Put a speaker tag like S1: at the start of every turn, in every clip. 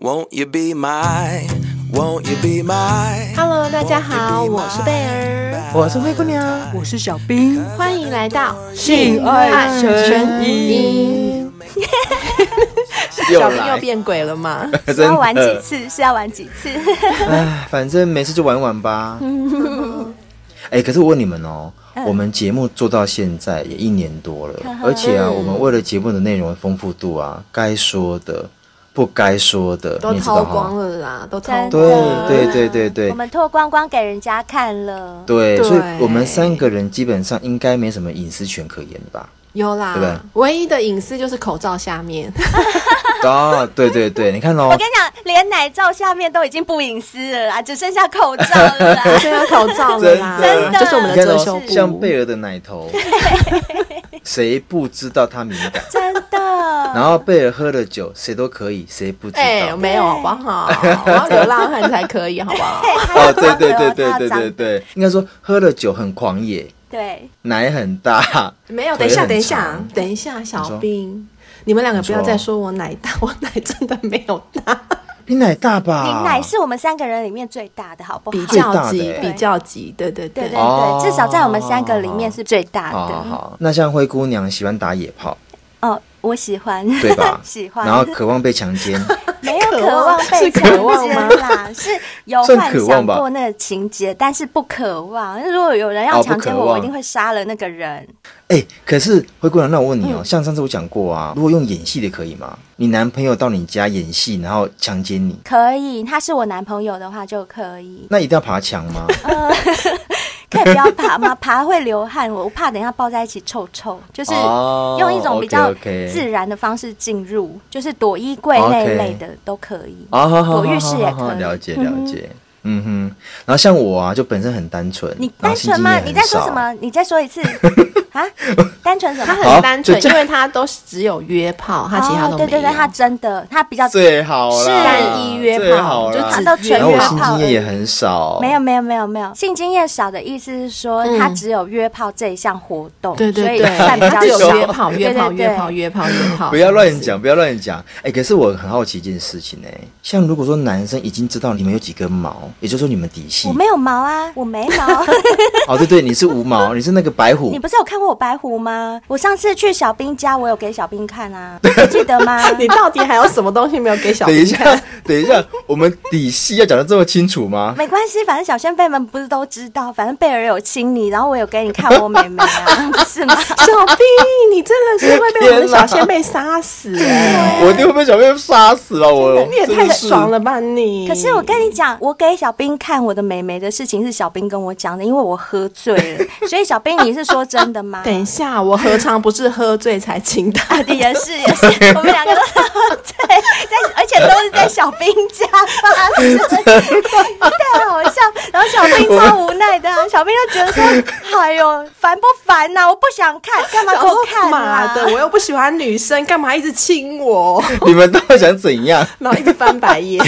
S1: Won't you be my? Won't you be my?
S2: Hello，大家好，我是贝儿，
S3: 我是灰姑娘，
S4: 我是小兵，
S2: 欢迎来到
S4: 性爱成
S2: 瘾。
S3: 又
S2: 小兵又
S3: 来，
S2: 变鬼了吗？
S3: 真
S5: 是要玩几
S3: 的，
S5: 次？是要玩几次？
S3: 哎，反正没事就玩玩 吧。哎，可是我问你们哦，
S5: 嗯
S3: 我们节目做到现在也一年多了，而且
S5: 嗯
S3: 啊，我们为了节目的内容丰富度啊，该说的、不该说的，
S2: 都
S3: 你也知
S2: 掏
S3: 道哈
S2: 光。了啦，都掏光
S5: 真
S3: 对
S2: 了。
S3: 对对对对哦
S5: 我们脱光光给人家看了，
S3: 对，
S2: 对
S3: 所以我们三个人基本上应该没什么隐私权可言的吧？
S2: 有
S3: 对不对
S2: 啦，唯一的隐私就是口罩下面。
S3: 啊，对对对，你看哦
S5: 我，跟你讲，连奶罩下面都已经不隐私了啦，只剩下口罩 了啦。
S2: 对啊，口罩了
S3: 真
S2: 啦，
S3: 的
S2: 就是我们
S3: 你
S2: 的
S3: 看
S2: 遮
S3: 哦
S2: 羞
S3: 像
S2: 布。
S3: 贝尔的奶头，谁不知道他敏感？
S5: 真的，
S3: 然后贝尔喝了酒，谁都可以，谁不知道？
S2: 哎，没有好不好？我要流浪汉才可以，好 不好？
S3: 哦，对对对 对
S5: 他要
S3: 对
S5: 脏
S3: 对对，应该说喝了酒很狂野，
S5: 对，
S3: 奶很大，
S2: 没有，
S3: 腿
S2: 等一下，
S3: 很
S2: 等一下
S3: 长，
S2: 等一下，
S3: 你
S2: 小
S3: 说
S2: 兵，你们两个不要
S3: 你说
S2: 再说我奶大，我奶真的没有大。
S3: 你奶大吧？
S5: 你奶是我们三个人里面最大的，好不好？
S2: 比
S3: 最大
S2: 较
S3: 啊的
S2: 级
S3: 欸，
S2: 比较级，对对
S5: 对对
S2: 对。
S3: 哦
S5: 对，至少在我们三个里面是最大
S3: 好好
S5: 的。
S3: 好，那像灰姑娘喜欢打野炮，
S5: 哦，我喜欢，
S3: 对吧？
S5: 喜欢。
S3: 然后渴望被强奸，
S5: 没有渴望被
S2: 是渴望
S5: 强奸啦，是有
S3: 算
S5: 幻
S3: 渴望
S5: 想
S3: 吧
S5: 过那个情节，但是不渴望。那如果有人
S3: 哦
S5: 要
S3: 不
S5: 强奸
S3: 渴
S5: 我，
S3: 望
S5: 我一定会杀了那个人。
S3: 哎、可是灰姑娘，那我问你哦，像上次我讲过啊，如果用演戏的可以吗？你男朋友到你家演戏，然后强奸你，
S5: 可以，他是我男朋友的话就可以。
S3: 那一定要爬墙吗？
S5: 可以不要爬吗？爬会流汗，我怕等一下抱在一起臭 臭。就是
S3: 哦
S5: 用一种比较
S3: OK，OK
S5: 自然的方式进入就是躲衣柜那一类的都可以。
S3: 啊，好好好好
S5: 躲浴室也
S3: 好好
S5: 可以
S3: 了解了解。嗯哼，然后像我啊，就本身很单纯，
S5: 你
S3: 然
S5: 单
S3: 后性
S5: 纯
S3: 经
S5: 吗？
S3: 验
S5: 你
S3: 很
S5: 在说
S3: 少
S5: 什？么？你再说 一次啊？单纯什
S2: 他
S5: 么？
S3: 好
S2: 很单纯
S3: 就，这
S2: 因
S3: 样
S2: 为他都是只有约炮，他其他
S5: 哦
S2: 都没
S5: 对
S2: 有。
S5: 对对，他真的他比较
S3: 最好啦，
S5: 是
S2: 单一约
S3: 最
S2: 炮，
S3: 好
S2: 就
S3: 啦
S2: 只
S5: 到全
S2: 约
S3: 然后我
S5: 约
S2: 炮
S3: 性经验也很少，
S5: 没有没有没有没有，性经验少的意思是说，
S2: 嗯
S5: 他只有约炮这一项活动，
S2: 对对
S5: 所
S2: 对，
S5: 以算比
S2: 他只有
S5: 较少。
S2: 约炮，约炮，
S5: 对对
S2: 约炮，约炮，约炮。
S3: 不要乱讲，不要乱讲。哎、可是我很好奇一件事情哎、像如果说男生已经知道你们有几根毛，也就是说你们底细
S5: 我，没有毛啊，我没 毛。
S3: 哦对对，你是无 毛，你是那个白虎
S5: 你，不是有看过我白狐吗？我上次去小兵家，我有给小兵 看啊，你记得吗？
S2: 你到底还有什么东西没有给小
S3: 等一
S2: 兵
S3: 下
S2: 看？，
S3: 等一下，我们底细要讲的这么清楚吗？
S5: 没关系，反正小先辈们不是都知道，反正贝尔有亲你，然后我有给你看我妹妹啊， 不 是吗？
S2: 小兵，你真的是会被我们的
S3: 天哪
S2: 小仙妹杀死哎！
S3: 我一定会被小妹杀死了，我
S2: 你也
S3: 真
S2: 太
S3: 的是
S2: 爽了吧你！
S5: 可是我跟你讲，我给小兵看我的妹妹的事情是小兵跟我讲的，因为我喝醉了，所以小兵你是说真的吗？
S2: 等一下，我何尝不是喝醉才亲他？
S5: 啊，也是也是， 我们两个都 喝醉，在而且都是在小兵家发生， 太好笑。然后小兵超无 奈的、啊，小兵就觉得说：“哎呦，烦不烦啊呐、我不想看，干嘛给我看
S2: 妈
S5: 啊？”
S2: 的，我又不喜欢女生，干嘛一直亲我？
S3: 你们到底想怎样？
S2: 然后一直翻白 眼。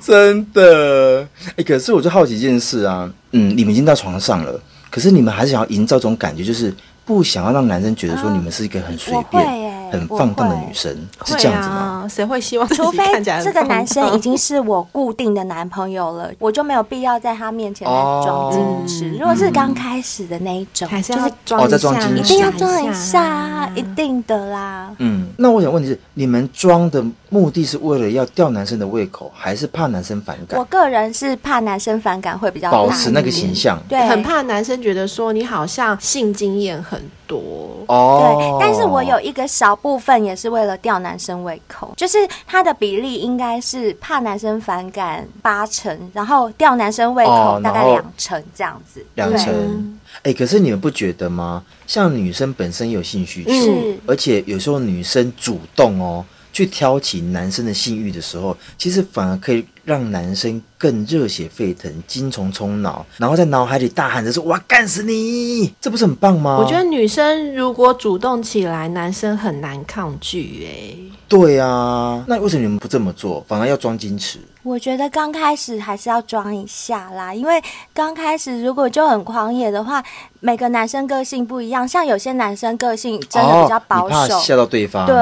S3: 真的，哎、可是我就好奇一件事啊，嗯，你们已经到床上了，可是你们还是想要营造这种感觉，就是不想要让男生觉得说你们是一个很随便、
S5: 啊我会耶
S3: 很放荡的女生， 是这样子吗？
S2: 会啊，谁会希望自己
S5: 除非
S2: 看起来很
S5: 这个
S2: 放
S5: 男生
S2: 荡
S5: 已经是我固定的男朋友了，我就没有必要在他面前来装矜持。如果是刚开始的那一
S2: 哦
S5: 种，
S2: 嗯还是
S5: 就
S2: 要
S5: 是
S2: 装
S3: 哦再装矜持
S5: 一
S2: 一
S5: 定要
S2: 下
S5: 装一下啊，一定的啦。
S3: 嗯，那我想问的是，你们装的目的是为了要吊男生的胃口，还是怕男生反感，
S5: 我个人是怕男生反感会比较大
S3: 保持那个形象？
S5: 对，
S2: 很。怕男生觉得说你好像性经验很多。
S3: 哦
S5: 对，但是我有一个小部分也是为了吊男生胃口，就是它的比例应该是怕男生反感八成，然后吊男生胃口
S3: 哦
S5: 大概
S3: 然后
S5: 两成这样子。
S3: 两
S5: 对
S3: 成。哎、可是你们不觉得吗？像女生本身有性需求，
S5: 是
S3: 而且有时候女生主动哦去挑起男生的性欲的时候，其实反而可以让男生更热血沸腾、精虫充脑，然后在脑海里大喊着说“我要干死你”，这不是很棒吗？
S2: 我觉得女生如果主动起来，男生很难抗拒哎、
S3: 对啊，那为什么你们不这么做，反而要装矜持？
S5: 我觉得刚开始还是要装一下啦，因为刚开始如果就很狂野的话，每个男生个性不一样，像有些男生个性真的比较保
S3: 哦、你怕
S5: 守，
S3: 吓到对方。，
S5: 对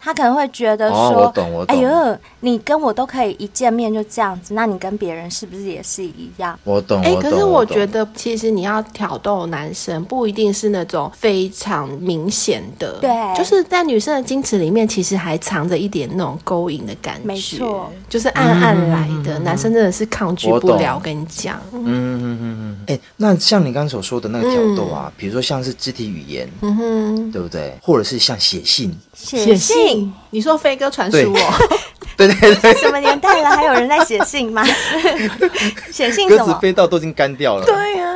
S5: 他可能会觉得
S3: 哦
S5: 说，
S3: 我懂我
S5: 哎
S3: 懂
S5: 呦，你跟我都可以一见面就这样子，那你跟别人是不是也是一样？
S3: 我懂，
S2: 哎、
S3: 我
S2: 可
S3: 哦懂。
S2: 是我
S3: 我
S2: 觉
S3: 懂，
S2: 得其实你要挑逗男生，不一定是那种非常明显的，
S5: 对
S2: 就是在女生的矜持里面，其实还藏着一点那种勾引的感觉，
S5: 没错，
S2: 就是
S3: 嗯
S2: 暗暗来的，男生真的是抗拒
S3: 我
S2: 不
S3: 懂
S2: 了，我跟你讲，
S3: 嗯嗯嗯嗯。哎、那像你刚刚所说的那个挑逗啊，比如说像是肢体语言，
S2: 嗯哼。
S3: 对不对？或者是像写信，
S5: 写信，，
S2: 你说飞哥传哦
S3: 对
S2: 输我，
S3: 对对对，
S5: 什么年代了，还有人在写信吗？写信
S3: 鸽
S5: 什
S3: 子
S5: 么？
S3: 飞到都已经干掉了。
S2: 对呀、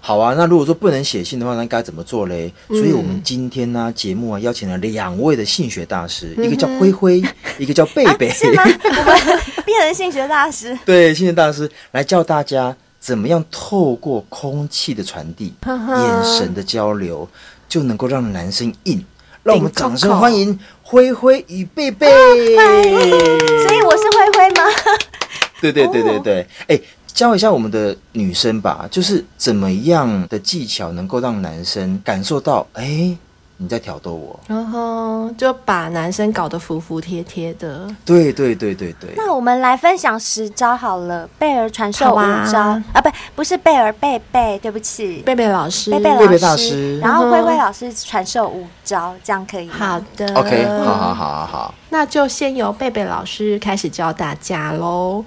S3: 好啊，那如果说不能写信的话，那该怎么做嘞？
S5: 嗯
S3: 所以我们今天呢、节目啊，邀请了两位的信学大师，一个叫灰 灰，一个叫贝贝，
S5: 嗯啊是吗？我们变成性学大师。
S3: 对，信学大师来教大家怎么样透过空气的传递、眼神的交流，就能够让男生硬。让我们掌声欢迎灰灰与贝贝。
S5: 哦所以我是灰灰吗？
S3: 对对对对对，哎、教一下我们的女生吧，就是怎么样的技巧能够让男生感受到，哎、你在挑逗我。
S2: 然后就把男生搞得服服帖帖的，
S3: 对对对对对，
S5: 那我们来分享十招好了，贝尔传授
S2: 好
S5: 五
S2: 啊
S5: 招啊不不是贝尔贝贝，对不起，
S2: 贝贝老师，
S5: 贝贝
S3: 贝贝
S5: 老
S3: 大
S5: 师，
S3: 师
S5: 然后
S2: 嗯哼
S5: 灰灰老师传授五招，这样可以吗？
S2: 好的
S3: OK，好好好好好，
S2: 那就先由贝贝老师开始教大家喽。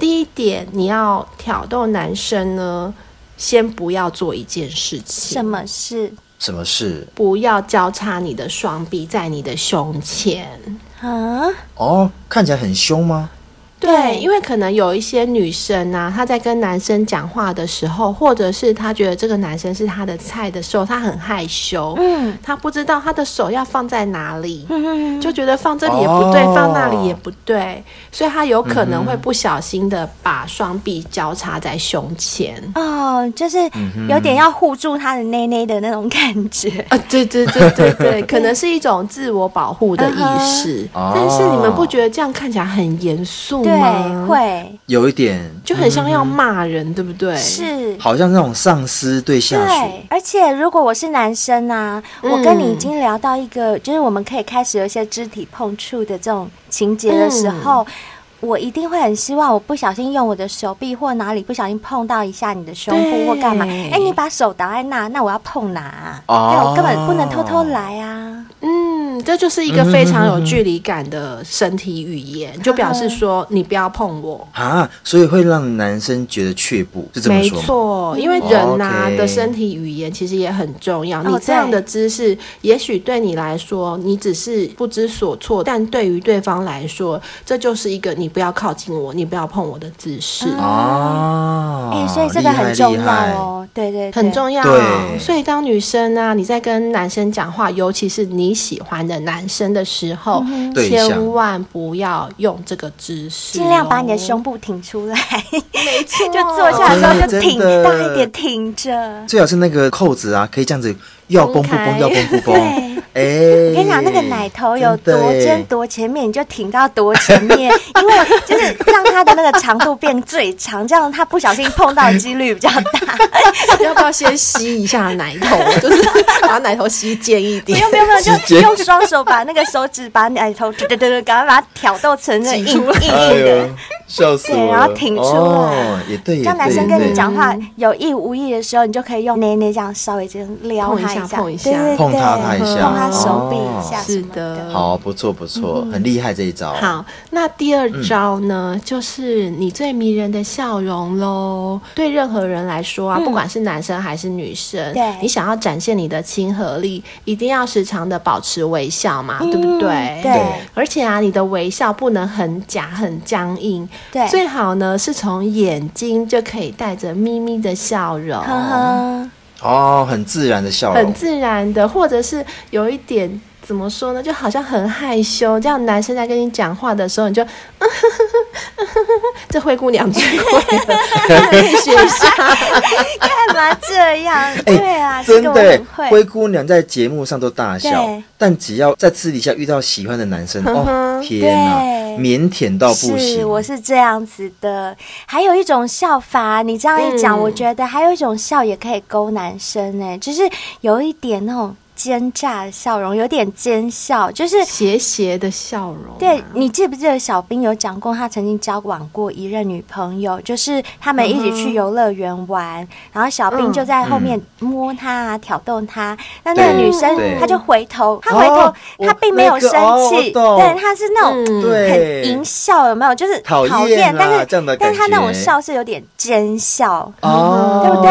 S2: 第一点，你要挑逗男生呢，先不要做一件事情，
S5: 什？么是？
S3: 什么事？
S2: 不要交叉你的双臂在你的胸前。
S5: 啊？
S3: 哦，看起来很凶吗？
S2: 对，因为可能有一些女生啊，她在跟男生讲话的时候，或者是她觉得这个男生是她的菜的时候，她很害羞，
S5: 嗯
S2: 她不知道她的手要放在哪里，
S5: 嗯，
S2: 就觉得放这里也不对，
S3: 哦
S2: 放那里也不对，所以她有可能会不小心的把双臂交叉在胸前。
S5: 哦，就是有点要护住他的内内的那种感觉。
S2: 啊，对对对对 对，可能是一种自我保护的意识，
S3: 嗯哼
S2: 但是你们不觉得这样看起来很严肃
S5: 对
S2: 吗？，，
S5: 会
S3: 有一点，
S2: 就很像要骂人，对不对？
S5: 是。
S3: 好像那种上司对下嗯属
S5: 对，而且如果我是男生啊，我跟你已经聊到一个，就是我们可以开始有一些肢体碰触的这种情节的时候，
S3: 嗯
S5: 我一定会很希望我不小心用我的手臂或哪里不小心碰到一下你的胸部
S2: 对
S5: 或干嘛。哎、你把手挡在那，那我要碰哪、啊？
S3: 哦
S5: 对，我根本不能偷偷来啊。
S2: 嗯，这就是一个非常有距离感的身体语
S5: 嗯
S2: 言，就表示说你不要碰我。
S3: 啊，所以会让男生觉得却步，是这么
S2: 没
S3: 说吗？
S2: 错，因为人呐、
S3: OK
S2: 的身体语言其实也很重要。你
S5: 哦
S2: 这样的姿势，也许对你来说你只是不知所措，但对于对方来说，这就是一个你不要靠近我，你不要碰我的姿势。
S5: 嗯
S3: 啊，
S5: 哎、所以这个
S3: 厉害
S5: 很重
S3: 厉
S5: 要
S3: 害
S5: 哦。对对对，
S2: 很重要啊
S3: 对，
S2: 所以当女生啊，你在跟男生讲话，尤其是你喜欢的男生的时候，
S5: 嗯
S3: 对象
S2: 千万不要用这个姿势哦，
S5: 尽量把你的胸部挺出来，
S2: 没错，
S5: 就坐下的时候就
S3: 真的
S5: 挺
S3: 真的
S5: 大一点，挺着。
S3: 最好是那个扣子啊，可以这样子，要崩不崩，要崩不 崩。
S5: 对
S3: 哎，
S5: 我
S3: 我
S5: 跟你讲，那个奶头有多尖
S3: 多，
S5: 多前面，你就挺到多前面，因为就是让它的那个长度变最长，这样它不小心碰到的几率比较大。
S2: 要不要先吸一下奶 头？就是把奶头吸尖一
S5: 不
S2: 点。
S5: 用不用不用，就
S3: 接
S5: 用双手把那个手指把奶头，对对对对，赶快把它挑逗成那硬硬
S3: 哎
S5: 硬的
S3: 呦。，笑死我
S5: 对
S3: 了。
S5: 然后挺出来
S3: 哦，也对，也
S5: 像
S3: 对，
S5: 男生跟
S3: 也
S5: 你
S3: 对
S5: 讲话有意无意的时候，你就可以用捏捏这样稍微这样撩
S2: 碰一
S5: 他
S2: 下碰一下
S5: 对对对，
S3: 碰他他一
S2: 下
S5: 碰他手臂一
S3: 哦
S5: 下什
S2: 是
S5: 么的。
S2: 的
S3: 好，不错不
S5: 嗯
S3: 错，很厉害这一招。，
S2: 好，那第二招呢，就是你最迷人的笑容喽。对任何人来说啊，不管是男生还是女生，
S5: 嗯对
S2: 你想要展现你的亲和力，一定要时常的保持微笑嘛，对不对？
S5: 嗯对。
S2: 而且啊，你的微笑不能很假、很僵硬，
S5: 对
S2: 最好呢是从眼睛就可以带着咪咪的笑容，
S5: 呵呵，
S3: 哦，很自然的笑
S2: 很
S3: 容。
S2: 自然的，或者是有一点怎么说呢，就好像很害羞，这样男生在跟你讲话的时候，你就嗯哼 这灰姑娘最会了， 可以学一下。
S5: 干嘛这样？
S3: 哎、
S5: 对啊，
S3: 真的
S5: 这个我
S3: 欸
S5: 很会，
S3: 灰姑娘在节目上都大笑
S5: 对，嗯
S3: 但只要在私底下遇到喜欢的男生，哦，天哪、
S5: 对
S3: 腼腆到不
S5: 是，
S3: 行。
S5: 我是这样子的。还有一种笑法，你这样一讲，
S2: 嗯
S5: 我觉得还有一种笑也可以勾男生呢、就是有一点那种奸诈的笑容，有点奸笑，就是。
S2: 斜斜的笑容、
S5: 对，你记不记得小兵有讲过，他曾经交往过一任女朋友，就是他们一起去游乐园玩，然后小兵
S2: 嗯
S5: 就在后面摸她啊，挑逗她。那那个
S3: 对
S5: 女生
S3: 对
S5: 她就回头，她回头
S3: 哦，
S5: 她
S3: 我
S5: 并没有
S3: 那个
S5: 生
S3: 哦
S5: 气，
S3: 我懂
S5: 对，她是那种
S2: 嗯
S3: 对
S5: 很淫笑，有没有？就是
S3: 讨厌啦
S5: 但是
S3: 这样的
S5: 但是他
S3: 感觉
S5: 那种笑是有点奸笑，
S3: 哦，
S5: 对不对？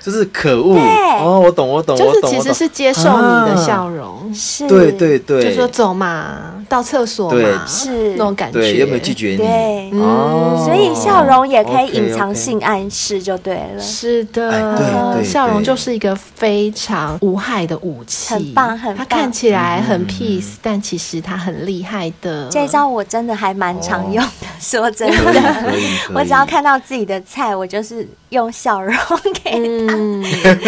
S3: 就是可恶
S5: 对
S3: 哦，我懂，我懂，
S2: 就
S3: 我
S2: 是
S3: 懂，
S2: 其
S3: 我
S2: 实
S3: 懂。
S2: 是接受你的
S3: 啊
S2: 笑容，
S5: 是，
S3: 对对对，
S2: 就说走嘛，到厕所嘛，
S3: 对
S5: 是
S2: 那种感觉。嗯
S3: 对，有没有拒绝你？
S5: 对
S3: 哦，
S5: 所以笑容也可以隐
S3: OK，OK
S5: 藏性暗示，就对了。
S2: 是
S3: 哎对
S2: 的，
S3: 对
S2: 笑容
S3: 对
S2: 就是一个非常无害的武器，
S5: 很棒很
S2: 它
S5: 棒
S2: 看起来
S3: 嗯
S2: 很 peace，但其实它很厉害的。
S5: 这一招我真的还蛮常用的， 说真
S3: 哦可哦以
S5: 的。
S3: 可以，可以
S5: 我只要看到自己的菜，我就是用笑容给。
S2: 嗯，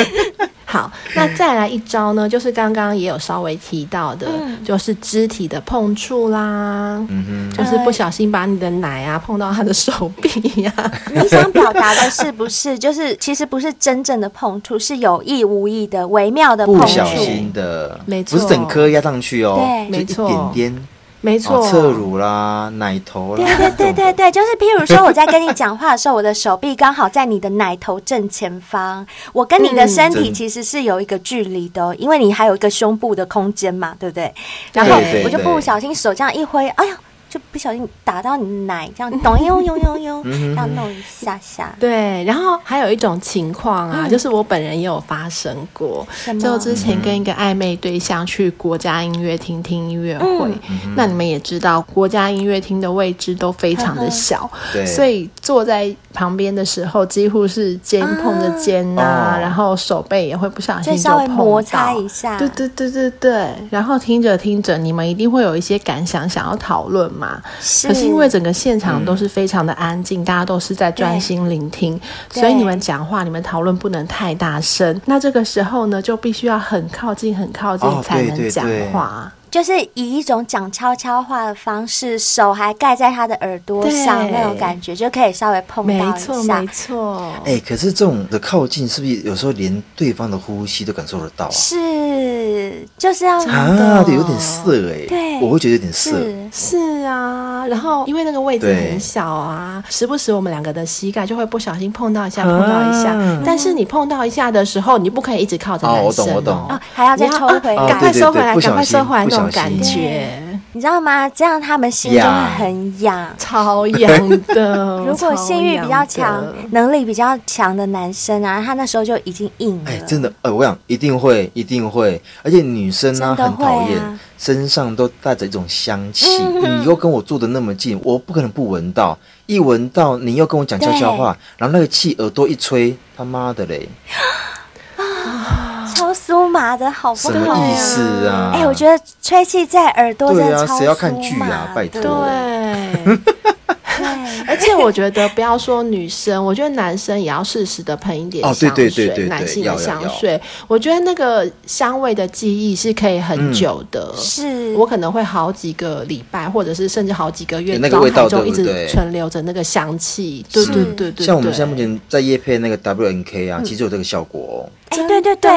S2: 好，那再来一招呢，就是刚刚也有稍微提到的，就是肢体的碰触啦，
S3: 嗯
S2: 就是不小心把你的奶啊碰到他的手臂呀、
S5: 你想表达的是不是就是其实不是真正的碰触，是有意无意的微妙的
S3: 哼，
S5: 碰
S3: 不
S5: 触。
S3: 小心的，
S2: 没
S3: 不
S2: 错
S3: 是整颗压上去哦，
S5: 对
S3: 就
S2: 没错
S3: 一点点，
S2: 没错，
S3: 哦侧乳啦、奶头啦，
S5: 对对对对对，就是譬如说我在跟你讲话的时候，我的手臂刚好在你的奶头正前方，我跟你的身体
S3: 嗯
S5: 其实是有一个距离的哦、因为你还有一个胸部的空间嘛，对不对？然后
S3: 对
S5: 我就不小心手这样一挥，哎呀，就不小心打到你奶，这样 咚呦呦呦呦，
S2: 嗯
S5: 这样弄一下下。
S2: 对，然后还有一种情况啊，就是我本人也有发生过
S5: 什，么
S2: 就之前跟一个暧昧对象去国家音乐厅听音乐会，
S5: 嗯
S3: 嗯
S2: 那你们也知道，国家音乐厅的位置都非常
S5: 嗯
S2: 的小，
S3: 对
S2: 所以坐在旁边的时候几乎是肩碰着肩呐、
S3: 啊哦
S2: 然后手背也会不小心
S5: 就
S2: 就
S5: 稍微
S2: 碰
S5: 摩擦
S2: 到
S5: 一下
S2: 对对对对对，然后听着听着，你们一定会有一些感想想要讨论嘛，
S5: 是
S2: 可是因为
S3: 嗯
S2: 整个现场都是非常的安静，大家都是在专心聆听，
S5: 对
S2: 所以你们讲话、你们讨论不能太大声。那这个时候呢，就必须要很靠近、很靠近
S3: 哦
S2: 才
S3: 对
S2: 能
S3: 对
S2: 讲
S3: 对
S2: 话。
S5: 就是以一种讲悄悄话的方式，手还盖在他的耳朵上
S2: 对
S5: 那种感觉，就可以稍微碰到
S2: 没
S5: 一
S2: 错，
S5: 下
S2: 没。错。
S3: 哎、可是这种的靠近，是不是有时候连对方的呼吸都感受得到啊？
S5: 是，就是要
S3: 啊，对，有点涩哎、
S5: 对
S3: 我会觉得有点涩。
S5: 是
S2: 是啊，然后因为那个位置
S3: 对
S2: 很小啊，时不时我们两个的膝盖就会不小心碰到一下，碰到一下。但是你碰到一下的时候，你不可以一直靠着
S3: 啊哦
S2: 男
S3: 我懂
S2: 生、哦
S3: 我懂
S5: 哦，还要
S2: 你
S5: 再
S2: 要
S5: 抽
S2: 啊
S5: 回
S3: 哦
S5: 来
S2: 赶。快
S3: 对对
S2: 收回
S3: 对
S2: 来，
S3: 不
S2: 赶快
S3: 小心
S2: 收回来
S3: 不
S2: 那种
S3: 小心
S2: 感觉，
S5: 你知道吗？这样他们心中会
S3: 痒
S5: 很痒。
S2: 超痒的。
S5: 如果
S2: 超
S5: 性欲比较
S2: 痒
S5: 强
S2: 的、
S5: 能力比较强的男生啊，他那时候就已经硬了。
S3: 哎、真的，哎、我想一定会，一定会，而且女生呢、
S5: 真的
S3: 很讨
S5: 会
S3: 厌、
S5: 啊嗯
S3: 身上都带着一种香气、你又跟我坐的那么近，我不可能不闻到，一闻到你又跟我讲悄悄话，然后那个气耳朵一吹，他妈的嘞，
S5: 超酥麻的好不
S3: 什
S5: 好？
S3: 么意思啊？
S5: 哎、我觉得吹气在耳朵真
S3: 对
S5: 的
S3: 啊
S5: 超
S3: 谁要看
S5: 酥
S3: 剧
S5: 麻哎
S3: 啊拜
S5: 的
S3: 托
S2: 对。而且我觉得不要说女生，我觉得男生也要适时的喷一点
S3: 哦
S2: 香水，
S3: 对对对对对
S2: 男性的
S3: 要要
S2: 香水。我觉得那个香味的记忆是可以很久的。
S3: 嗯
S5: 是
S2: 我可能会好几个礼拜，或者是甚至好几个月，
S3: 有那个味道
S2: 脑海中一
S3: 对不
S2: 直
S3: 对
S2: 存留着那个香气。对对对对对，
S3: 像我们现在目前在夜配那个 WNK
S5: 嗯
S3: 啊，其实有这个效果
S5: 哎、对对对，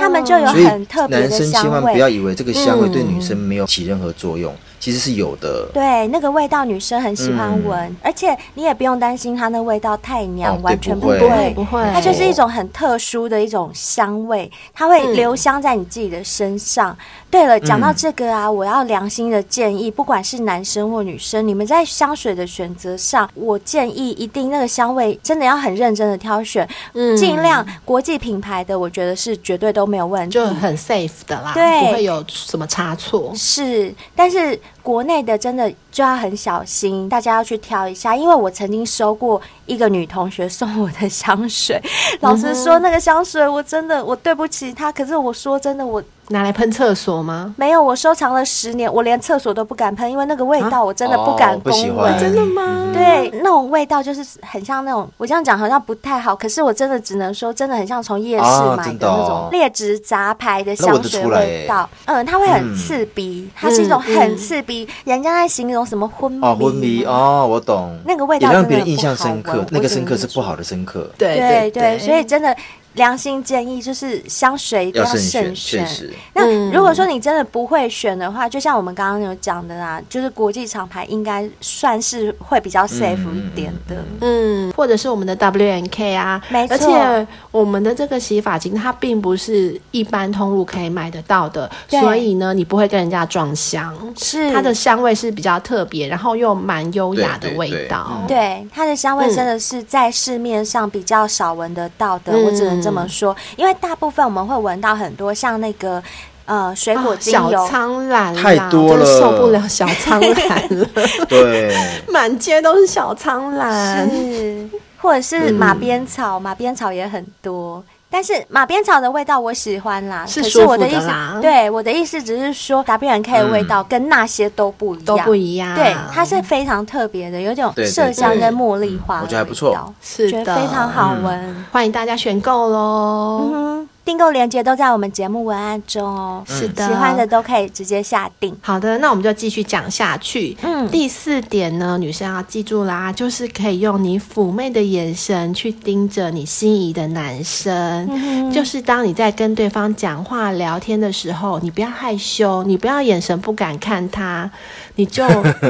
S5: 他们就有
S3: 哦，所以
S5: 很特别
S3: 男
S5: 的
S3: 生
S5: 香
S3: 千万不要
S5: 味。嗯
S3: 以为这个香味对女生没有起任何作用，其实是有的。
S5: 对，那个味道女生很喜欢闻，而且你也不用担心它那味道太
S3: 嗯
S5: 娘，
S3: 哦对
S5: 啊完全
S3: 不会
S2: 不会不会，
S5: 它就是一种很特殊的一种香味，它会留香在你自己的身上。对了，讲
S3: 嗯
S5: 到这个啊，我要良心的建议，不管是男生或女生，你们在香水的选择上，我建议一定那个香味真的要很认真的挑选，
S2: 嗯
S5: 尽量国际品牌的，我觉得是绝对都没有问题
S2: 就。很 safe 的啦，
S5: 对
S2: 不会有什么差错。
S5: 是，但是国内的真的就要很小心，大家要去挑一下。因为我曾经收过一个女同学送我的香水， 老实说，那个香水我真的我对不起她，可是我说真的我。
S2: 拿来喷厕所吗？
S5: 没有，我收藏了十年，我连厕所都不敢喷，因为那个味道我真的不
S3: 哦
S5: 敢
S3: 不
S5: 恭
S3: 喜
S5: 维。
S3: 欢，真的
S2: 吗？
S5: 对，那种味道就是很像那种，我这样讲好像不太好，可是我真的只能说，真的很像从夜市
S3: 啊
S5: 买
S3: 真的
S5: 的
S3: 哦
S5: 那种劣质杂牌的
S3: 那闻
S5: 香
S3: 得
S5: 水
S3: 出来欸
S5: 味道。嗯，它会很刺鼻，它是一种很刺鼻，人家在形容什么昏迷
S3: 哦，昏迷。哦，我懂，
S5: 那个味道
S3: 也让
S5: 真的
S3: 别人
S5: 不
S3: 印象
S5: 好
S3: 深
S5: 闻
S3: 刻
S5: 我，
S3: 那个
S5: 只
S3: 深
S5: 能
S3: 刻是
S5: 说
S3: 不好的深刻，
S2: 对
S5: 对
S2: 对
S5: 对，所以真的良心建议就是香水一定
S3: 要
S5: 慎
S3: 慎选，确实。
S5: 那
S2: 嗯
S5: 如果说你真的不会选的话，就像我们刚刚有讲的啦，就是国际厂牌应该算是会比较
S3: 嗯
S5: safe 一点的。
S2: 嗯，或者是我们的 W N K 啊，
S5: 没错
S2: 而且我们的这个洗发精它并不是一般通路可以买得到的，
S5: 对
S2: 所以呢，你不会跟人家撞香，
S5: 是
S2: 它的香味是比较特别，然后又蛮优雅的
S3: 对对
S2: 味道。
S5: 对，它的香味真的是在市面上比较少闻得到的，
S2: 嗯
S5: 我只能这么说，因为大部分我们会闻到很多像那个呃水
S2: 啊
S5: 果精
S2: 小
S5: 油，
S2: 苍兰啦
S3: 太多了
S2: 真的受不了小苍兰了，
S3: 对，
S2: 满街都是小苍兰。
S5: 是或者是马鞭草，
S2: 嗯
S5: 马鞭草也很多。但是马鞭草的味道我喜欢啦，
S2: 是
S5: 可是
S2: 舒服
S5: 我的意
S2: 的
S5: 思
S2: 啦，
S5: 对我的意思只是说 W N K 的味道跟那些都不一样，
S2: 嗯都不一样
S5: 对，它是非常特别的，有种
S3: 对对
S5: 麝香跟茉莉花
S3: 对嗯
S5: 的味道，
S3: 我觉得还不错
S2: 是
S5: 觉
S2: 的
S5: 得非常好闻。
S2: 欢迎大家选购喽。
S5: 嗯，订购链接都在我们节目文案中哦。
S2: 是的，
S5: 喜欢的都可以直接下定。
S2: 好的，那我们就继续讲下去。
S5: 嗯
S2: 第四点呢，女生要记住啦，就是可以用你妩媚的眼神去盯着你心仪的男生。
S5: 嗯
S2: 就是当你在跟对方讲话、聊天的时候，你不要害羞，你不要眼神不敢看他，你就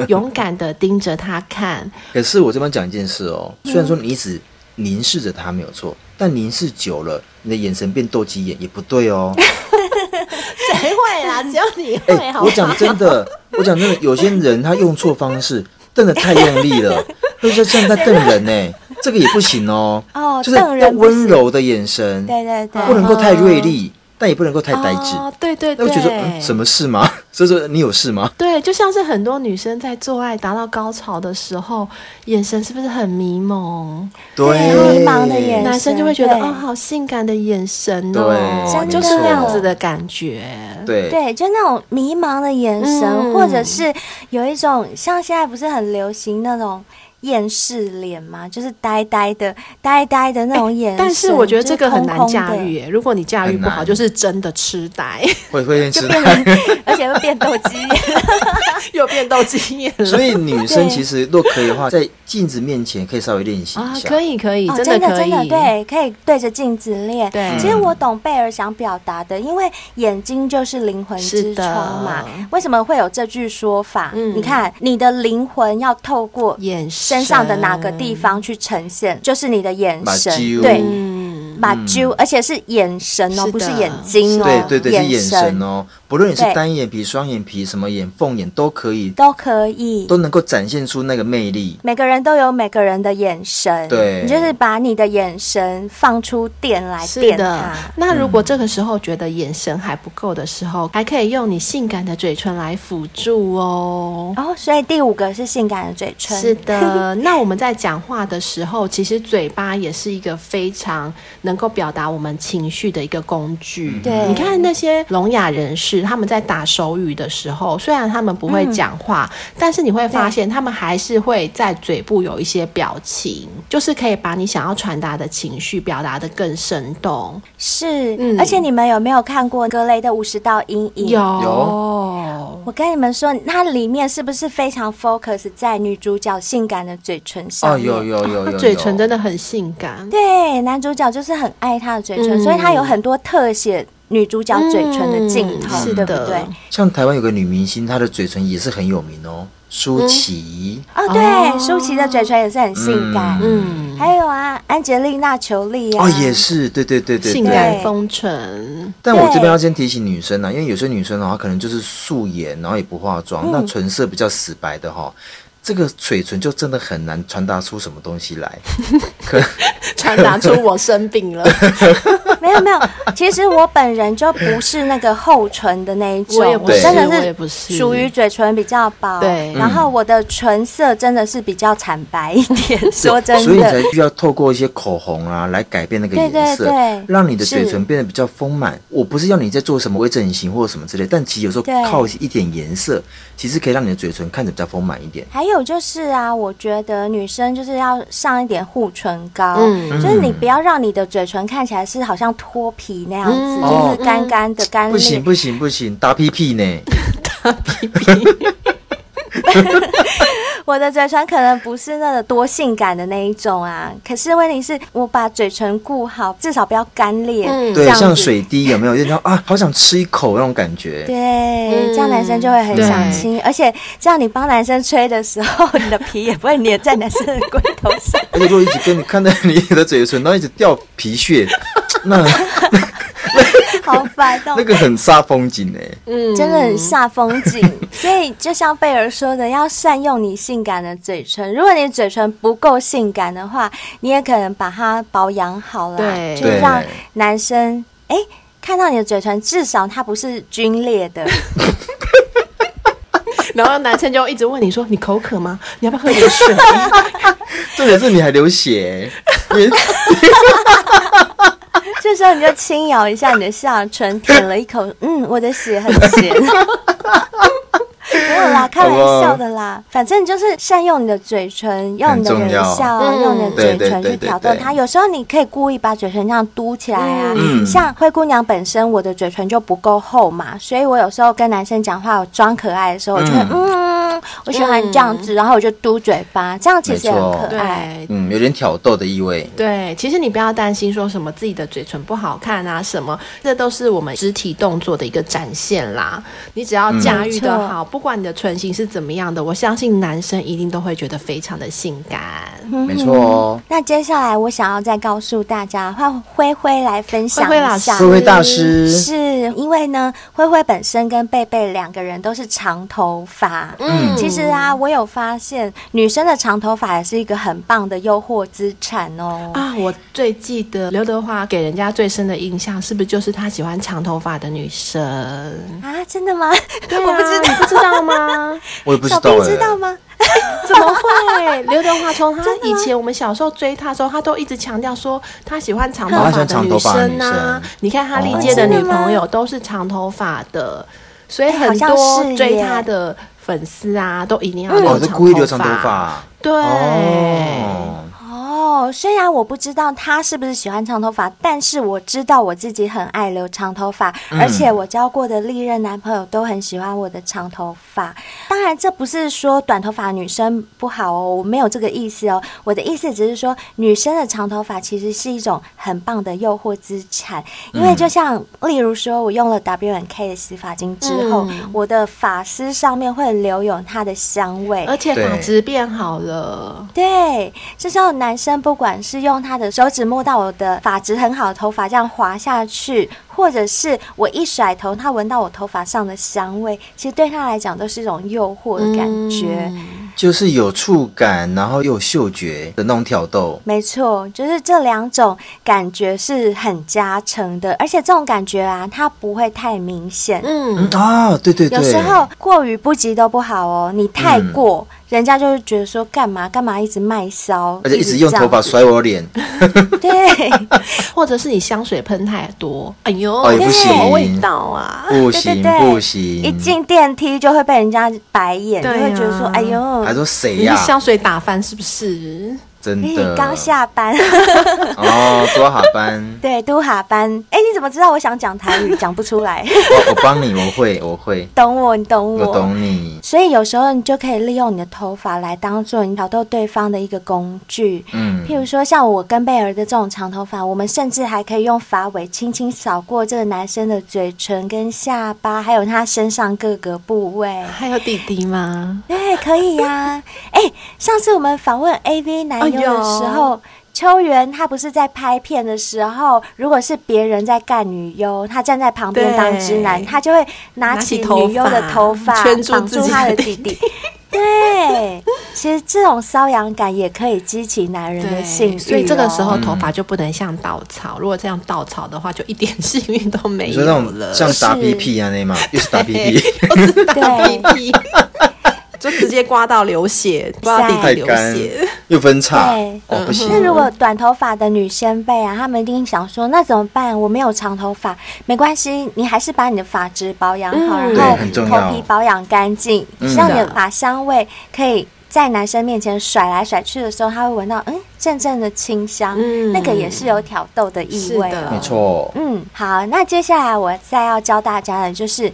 S2: 勇敢的盯着他 看。
S3: 可是我这边讲一件事哦，
S5: 嗯
S3: 虽然说你一直凝视着他没有错，但凝视久了，你的眼神变斗鸡眼也不对 哦。
S2: 谁会啦？只有你
S3: 哎、
S2: 会，好
S3: 我讲真的，我讲真的，有些人他用错方式，瞪得太用力了，就是像在瞪人呢、 这个也不行哦。
S5: 哦
S3: 就是
S5: 瞪
S3: 要
S5: 人不
S3: 温
S5: 行
S3: 柔的眼神，
S5: 对对对，哦
S3: 不能够太锐利，但也不能够哎太呆滞。
S2: 哦，对对
S3: 那
S2: 对，
S3: 我觉得说、嗯、什么事吗？ 所以说你有事吗？
S2: 对，就像是很多女生在做爱达到高潮的时候，眼神是不是很迷蒙？
S5: 对迷茫的眼
S2: 男生就会觉得
S5: 对
S2: 哦，好性感的眼神
S3: 对
S2: 哦，
S5: 真
S2: 就是
S5: 的
S2: 那样子的感觉。
S3: 对
S5: 对，就那种迷茫的眼神，
S2: 嗯
S5: 或者是有一种像现在不是很流行那种厌世脸嘛，就是呆呆的、呆呆的那种眼神。
S2: 哎但是我觉得这个很难
S5: 就是空
S2: 驾
S5: 空的
S2: 驭，耶，如果你驾驭不
S3: 很
S2: 好，
S3: 难
S2: 就是真的痴呆，
S3: 会会先吃
S5: 变
S3: 奶。
S5: 而且会变斗鸡眼。
S2: 又变到经验 了。
S3: 所以女生
S5: 对
S3: 其实若可以的话，在镜子面前可以稍微练习
S2: 啊
S3: 一，下。
S2: 可以可以，
S5: 哦，
S2: 的
S5: 的
S2: 可以，
S5: 真的对，可以对着镜子练。
S2: 对
S5: 其实我懂贝尔想表达的，因为眼睛就是灵魂之
S2: 是的
S5: 窗嘛。为什么会有这句说法？
S2: 嗯
S5: 你看，你的灵魂要透过
S2: 眼神
S5: 身上的哪个地方去呈现，就是你的眼神
S3: 目，睭
S5: 对，
S2: 嗯，
S5: 马啾，而且是眼神哦，
S2: 是的
S5: 不是眼睛哦，
S3: 对对对，是
S5: 眼
S3: 眼神哦，不论你是
S5: 对
S3: 单眼皮、双眼皮、什么眼凤眼都可以，
S5: 都可以。
S3: 都能够展现出那个魅力。
S5: 每个人都有每个人的眼神，
S3: 对
S5: 你就是把你的眼神放出电来
S2: 是
S5: 电
S2: 的
S5: 它。。
S2: 那如果这个时候觉得眼神还不够的时候，还可以用你性感的嘴唇来辅助哦。
S5: 哦，所以第五个是性感的嘴唇，
S2: 是的， 那我们在讲话的时候，其实嘴巴也是一个非常能够表达我们情绪的一个工具。
S5: 对
S2: 你看那些聋哑人士，他们在打手语的时候，虽然他们不会讲话，但是你会发现他们还是会在嘴部有一些表情，就是可以把你想要传达的情绪表达的更生动。
S5: 是，
S2: 嗯
S5: 而且你们有没有看过格雷的五十道阴影？。
S2: 有
S5: 我跟你们说，它里面是不是非常 focus 在女主角性感的嘴唇上
S3: 哦，
S5: 面？
S3: 有有有有
S2: 那
S3: 有，
S2: 嘴唇真的很性感。
S5: 对，男主角就是很爱她的嘴唇，
S2: 嗯
S5: 所以他有很多特写女主角嘴唇的镜头，
S2: 嗯是
S5: 对
S2: 的
S5: 不对？
S3: 像台湾有个女明星，她的嘴唇也是很有名哦，舒淇。
S5: 哦，对，舒淇的嘴唇也是很性感。
S2: 嗯，
S5: 还有啊，安吉丽娜·裘丽啊，
S3: 哦，也是，对对对对
S2: 性
S3: 对。
S2: 感风唇。
S3: 但我这边要先提醒女生啊，
S5: 嗯
S3: 因为有些女生的话，可能就是素颜，然后也不化妆，那唇色比较死白的哈，这个嘴唇就真的很难传达出什么东西来。
S2: 传达出我生病了，
S5: 没有没有，其实我本人就不是那个厚唇的那一种，
S2: 我也不
S3: 是
S5: 真
S2: 我也
S5: 的
S2: 不是
S5: 属于嘴唇比较薄，
S2: 对
S5: 然后我的唇色真的是比较惨白一 点，说真
S3: 所以你才
S5: 的，
S3: 需要透过一些口红啊来改变那个
S5: 对
S3: 颜色，
S5: 对对
S3: 让你的嘴
S5: 是
S3: 唇变得比较丰满。我不是要你在做什么微整形或者什么之类，但其实有时候
S5: 对
S3: 靠一点颜色，其实可以让你的嘴唇看着比较丰满一点。
S5: 还有就是啊，我觉得女生就是要上一点护唇膏，
S2: 嗯
S5: 就是你不要让你的嘴唇看起来是好像脱皮那样子，
S2: 嗯
S5: 就
S3: 哦
S5: 是干干的、干
S3: 不行
S5: 裂。
S3: 不行不行，打屁屁呢？
S5: 我的嘴唇可能不是那个多性感的那一种啊，可是问题是我把嘴唇顾好，至少不要干裂，
S2: 嗯
S5: 这
S3: 对，
S5: 样子
S3: 像水滴有没有？就像啊，好想吃一口那种感觉。
S5: 对，这样男生就会很
S2: 嗯
S5: 想亲，而且这样你帮男生吹的时候，你的皮也不会粘在男生的龟头上。
S3: 而且如果一直跟你看到你的嘴唇，然后一直掉皮 屑，那
S5: 好烦哦、
S3: 那个很煞风景哎、
S2: 嗯
S5: 真的很煞风景。所以就像贝尔说的，要善用你性感的嘴唇。如果你嘴唇不够性感的话，你也可能把它保养好啦，
S2: 对
S5: 就是让
S3: 对
S5: 男生哎、看到你的嘴唇，至少它不是皲裂的。
S2: 然后男生就一直问你说：“你口渴吗？你要不要喝点水
S3: 重点是你还流血、欸，因为
S5: 这时候你就轻咬一下你的下唇，舔了一口，嗯，我的血很 咸。没有啦，开玩笑的啦。反正就是善用你的嘴唇，用你的
S3: 很
S5: 微
S3: 重要
S5: 笑，啊
S2: 嗯
S5: 用你的嘴唇
S3: 对对
S5: 去
S3: 对
S5: 挑逗
S3: 对对
S5: 它。有时候你可以故意把嘴唇这样嘟起来啊。
S3: 嗯
S5: 像灰姑娘本身，我的嘴唇就不够厚嘛，所以我有时候跟男生讲话，我装可爱的时候，我就会嗯我喜欢这样子，然后我就嘟嘴巴，这样其实也很
S3: 嗯没错
S5: 可？”爱。
S2: 对。
S3: 嗯，有点挑逗的意味。
S2: 哎对，其实你不要担心说什么自己的嘴唇不好看啊，什么，这都是我们肢体动作的一个展现啦。你只要驾驭
S5: 没错
S2: 的好，不管你的唇型是怎么样的，我相信男生一定都会觉得非常的性感。
S5: 嗯
S3: 没错哦，
S5: 那接下来我想要再告诉大家，换灰灰来分享
S2: 灰灰老
S5: 一
S2: 师
S5: 下。
S3: 各位大师，
S5: 是因为呢，灰灰本身跟贝贝两个人都是长头发。
S2: 嗯
S5: 其实啊，我有发现女生的长头发也是一个很棒的诱惑资产哦。
S2: 啊，我最记得刘德华给人家最深的印象，是不是就是他喜欢长头发的女生？
S5: 啊，真的吗？
S2: 对啊，
S5: 我不知
S2: 你不知道吗？
S3: 我也不知
S5: 小
S3: 道
S5: 兵
S3: 哎、
S5: 知道吗？
S2: 怎么会？刘德华 从他以前我们小时候追他的时候，他都一直强调说他喜欢长头
S3: 哦他
S2: 发
S3: 喜欢
S2: 的
S3: 长头发的
S2: 生
S3: 女
S2: 呐、
S3: 生
S2: 你看他历
S3: 哦
S2: 届的
S5: 真的
S2: 女朋
S5: 吗
S2: 友都是长头发的，所以
S5: 哎好
S2: 很
S5: 像是
S2: 多追
S5: 耶
S2: 他的粉丝啊，都一定要
S3: 哦，
S2: 留
S3: 是
S2: 长
S3: 故意留长头
S2: 发。
S3: 发。
S2: 对，
S3: 哦，
S5: 哦，虽然我不知道他是不是喜欢长头发，但是我知道我自己很爱留长头发，而且我交过的历任男朋友都很喜欢我的长头发。当然，这不是说短头发女生不好哦，我没有这个意思哦。我的意思只是说，女生的长头发其实是一种很棒的诱惑资产，因为就像例如说，我用了 W N K 的洗发精之后，
S2: 嗯
S5: 我的发丝上面会留有它的香味，
S2: 而且发
S3: 对
S2: 质变好了，
S5: 对，这时候男生不管是用他的手指摸到我的发质很好的头发这样滑下去，或者是我一甩头，他闻到我头发上的香味，其实对他来讲都是一种诱惑的感觉。
S3: 就是有触感，然后又有嗅觉的那种挑逗。
S5: 没错，就是这两种感觉是很加成的，而且这种感觉啊，它不会太明显。
S2: 嗯
S3: 嗯啊，对对对，嗯
S5: 有时候过于不及都不好哦，你太过，人家就会觉得说干嘛干嘛一直卖骚，
S3: 而且一直用头发
S5: 这
S3: 甩
S5: 样
S3: 我脸，
S5: 子，对，
S2: 或者是你香水喷太多，哎呦，
S3: 哦也不
S2: 什么
S3: 行
S2: 味道啊？
S3: 不
S5: 对
S3: 行
S5: 对对
S3: 不行，
S5: 一进电梯就会被人家白眼，就
S2: 对啊
S5: 会觉得说：“哎呦
S3: 还，说谁
S2: 你
S3: 哎呀
S2: 是？香水打翻是不是？
S3: 真
S5: 你
S3: 的
S5: 刚下班，，
S3: 哦，多哈班
S5: 对，都哈班。”哎，你怎么知道我想讲台语，讲不出来？
S3: 我我帮你，我会 我会，
S5: 懂我，你懂
S3: 我
S5: 我。
S3: 懂你。
S5: 所以有时候你就可以利用你的头发来当做你挑逗对方的一个工具。
S3: 嗯
S5: 譬如说像我跟贝儿的这种长头发，我们甚至还可以用发尾轻轻扫过这个男生的嘴唇、跟下巴，还有他身上各个部位。
S2: 还有弟弟吗？
S5: 对，可以呀、哎、上次我们访问 AV
S2: 哎
S5: 男优的时候，秋元他不是在拍片的时候，如果是别人在干女优，他站在旁边
S2: 对
S5: 当直男，他就会拿
S2: 拿
S5: 起
S2: 起头
S5: 女优的
S2: 发
S5: 头发
S2: 圈住
S5: 绑
S2: 自
S5: 住
S2: 己
S5: 他
S2: 的
S5: 的弟
S2: 弟
S5: 弟。对，其实这种瘙痒感也可以激起男人的性
S2: 对，
S5: 欲、哦，
S2: 所以这个时候头
S3: 嗯
S2: 发就不能像稻草，如果这样稻草的话，就一点性欲都没
S3: 你
S2: 有
S3: 说 那
S2: 了。
S3: 种像打
S5: 是
S3: BP 啊那嘛，又是打
S2: 对
S3: BP，
S2: 又是打鼻涕，就直接刮到流血，刮到
S5: 晒
S3: 太
S2: 弟弟流
S3: 干
S2: 血。
S3: 又分叉
S5: 对，
S3: 哦不行。
S5: 那如果短头发的女先辈啊，她们一定想说，那怎么办？我没有长头发，没关系，你还是把你的发质保养好，
S2: 嗯
S5: 然后
S3: 对很重要
S5: 头皮保养干净，
S3: 嗯
S5: 让你的发香味可以在男生面前甩来甩去的时候，他会闻到嗯阵阵的清香，
S2: 嗯
S5: 那个也是有挑逗的意味哦
S2: 是的
S5: 了
S3: 没错，
S5: 嗯，好，那接下来我再要教大家的就是。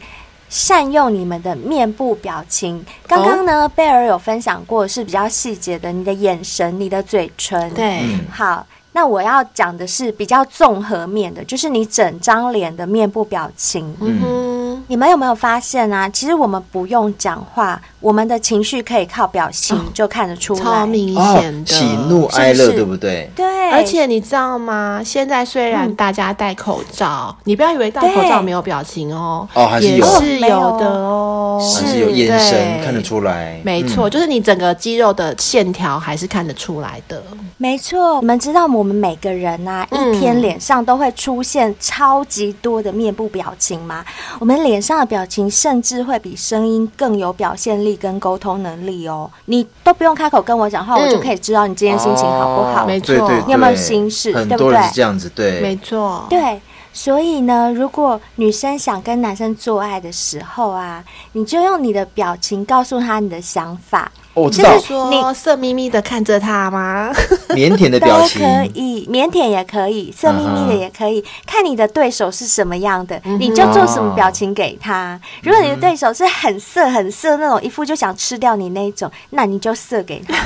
S5: 善用你们的面部表情。刚刚呢，
S2: 哦
S5: 贝尔有分享过是比较细节的，你的眼神、你的嘴唇。，
S2: 对，
S3: 嗯，
S5: 好，那我要讲的是比较综合面的，就是你整张脸的面部表情。
S2: 嗯哼，
S5: 你们有没有发现啊？其实我们不用讲话，我们的情绪可以靠表情就看得出来。
S2: 哦超明
S3: 哦
S2: 显，的。
S3: 喜怒哀
S5: 是
S3: 乐
S5: 是
S3: 对不对？
S5: 对，
S2: 而且你知道吗？现在虽然大家戴口罩，你不要以为戴口罩没有表情哦，
S3: 哦还是
S2: 也
S3: 有
S2: 是有的哦。
S5: 是
S3: 还是有眼神
S2: 对
S3: 看得出来，嗯
S2: 没错，就是你整个肌肉的线条还是看得出来的。
S5: 没错，你们知道我们每个人啊，
S2: 嗯
S5: 一天脸上都会出现超级多的面部表情吗？我们脸上的表情甚至会比声音更有表现力跟沟通能力哦。你都不用开口跟我讲话，
S2: 嗯
S5: 我就可以知道你今天心情好不好。
S3: 哦
S2: 没错
S3: 对对对
S5: 你有没有心事
S3: 很
S5: 对不
S3: 多人
S5: 对
S3: 是这样子，
S2: 没
S3: 对，
S2: 错，，
S5: 对，所以呢，如果女生想跟男生做爱的时候啊，你就用你的表情告诉他你的想法。
S3: 哦，我知
S5: 就
S3: 道
S5: 是，
S2: 说
S5: 你
S2: 色眯眯的看着他吗？
S3: 腼腆的
S5: 都
S3: 表情，啊
S5: 可以，腼腆也可以，色眯眯的也可以，看你的对手是什么样的，
S3: 嗯
S5: 你就做什么表情给他。如果你的对手是很色很色那种，一副就想吃掉你那一种，那你就色给 他，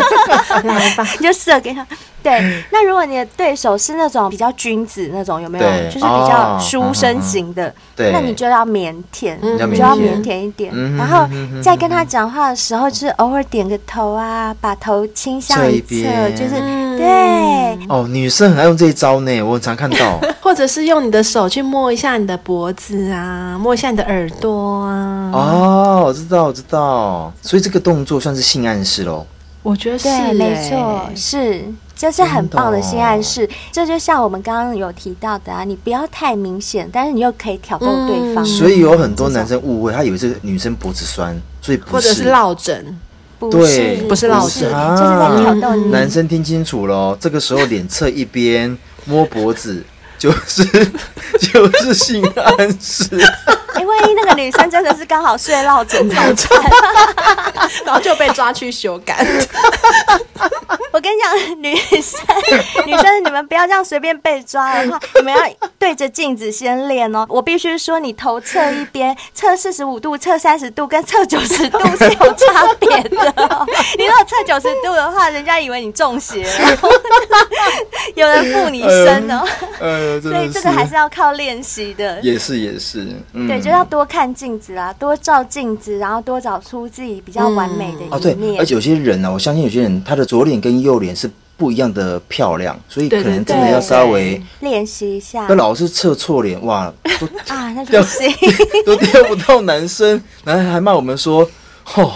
S2: 来吧，
S5: 你就色给他。
S3: 嗯
S5: 对，那如果你的对手是那种比较君子那种，有没有？
S3: 对
S5: 就是比
S3: 哦
S5: 较
S3: 嗯
S5: 书生型的，
S3: 对
S5: 那你就要腼腆，
S2: 嗯
S5: 你就要
S3: 比较腼
S5: 腼
S3: 腆
S5: 腆一点。
S3: 嗯哼
S5: 然后
S3: 嗯哼
S5: 在跟他讲话的时候，就是偶尔点个头啊，把头倾向
S3: 这
S5: 一
S3: 一
S5: 侧，
S3: 边
S5: 就是
S2: 嗯
S5: 对。
S3: 哦，女生很爱用这一招呢，我很常看到。
S2: 或者是用你的手去摸一下你的脖子啊，摸一下你的耳朵啊。
S3: 哦，我知道，我知道，所以这个动作算是性暗示喽。
S2: 我觉得是、
S5: 对，没
S2: 欸
S5: 错，是。这是很棒的性暗示，这就像我们刚刚有提到的啊，你不要太明显，但是你又可以挑逗对
S2: 嗯
S5: 方，
S3: 所以有很多男生误会，他以为是女生脖子酸，所以不
S2: 或者是
S3: 是。
S2: 落枕，
S5: 不
S3: 对
S5: 是，
S2: 不是老
S5: 老
S2: 师
S5: 师，
S3: 啊
S5: 就是在挑逗你。
S3: 男生听清楚喽，这个时候脸侧一边摸脖子，就是 就是性暗示。
S5: 因为哎那个女生真的是刚好睡 落枕的，
S2: 然后就被抓去修改。
S5: 我跟你讲，女生女生你们不要这样随便被抓的话，你们要对着镜子先练哦。 我必须说，你头侧一边，侧四十五度、侧三十度跟侧九十度是有差别的、哦。你如果侧九十度的话，人家以为你中邪了， 有人附你身哦。
S3: 呃，真
S5: 所 以
S3: 的
S5: 这个还是要靠练习的。
S3: 也是也是，嗯，
S5: 对，就要多看镜子啊，多照镜子，然后多找出自己比较完美的
S3: 哦
S5: 一
S3: 对，
S5: 面。
S3: 而且有些人啊呢、我相信有些人他的左脸跟右脸是不一样的漂亮，所以
S2: 对
S3: 可
S2: 对
S3: 能真的
S5: 对
S3: 要稍微
S2: 对。
S5: 练习一下
S3: 那老是侧错脸，哇，都
S5: 啊，那就
S3: 要
S5: 不行。
S3: 都钓不到男生，然后还骂我们说，哦，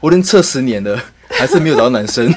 S3: 我连测十年了，还是没有找到男生。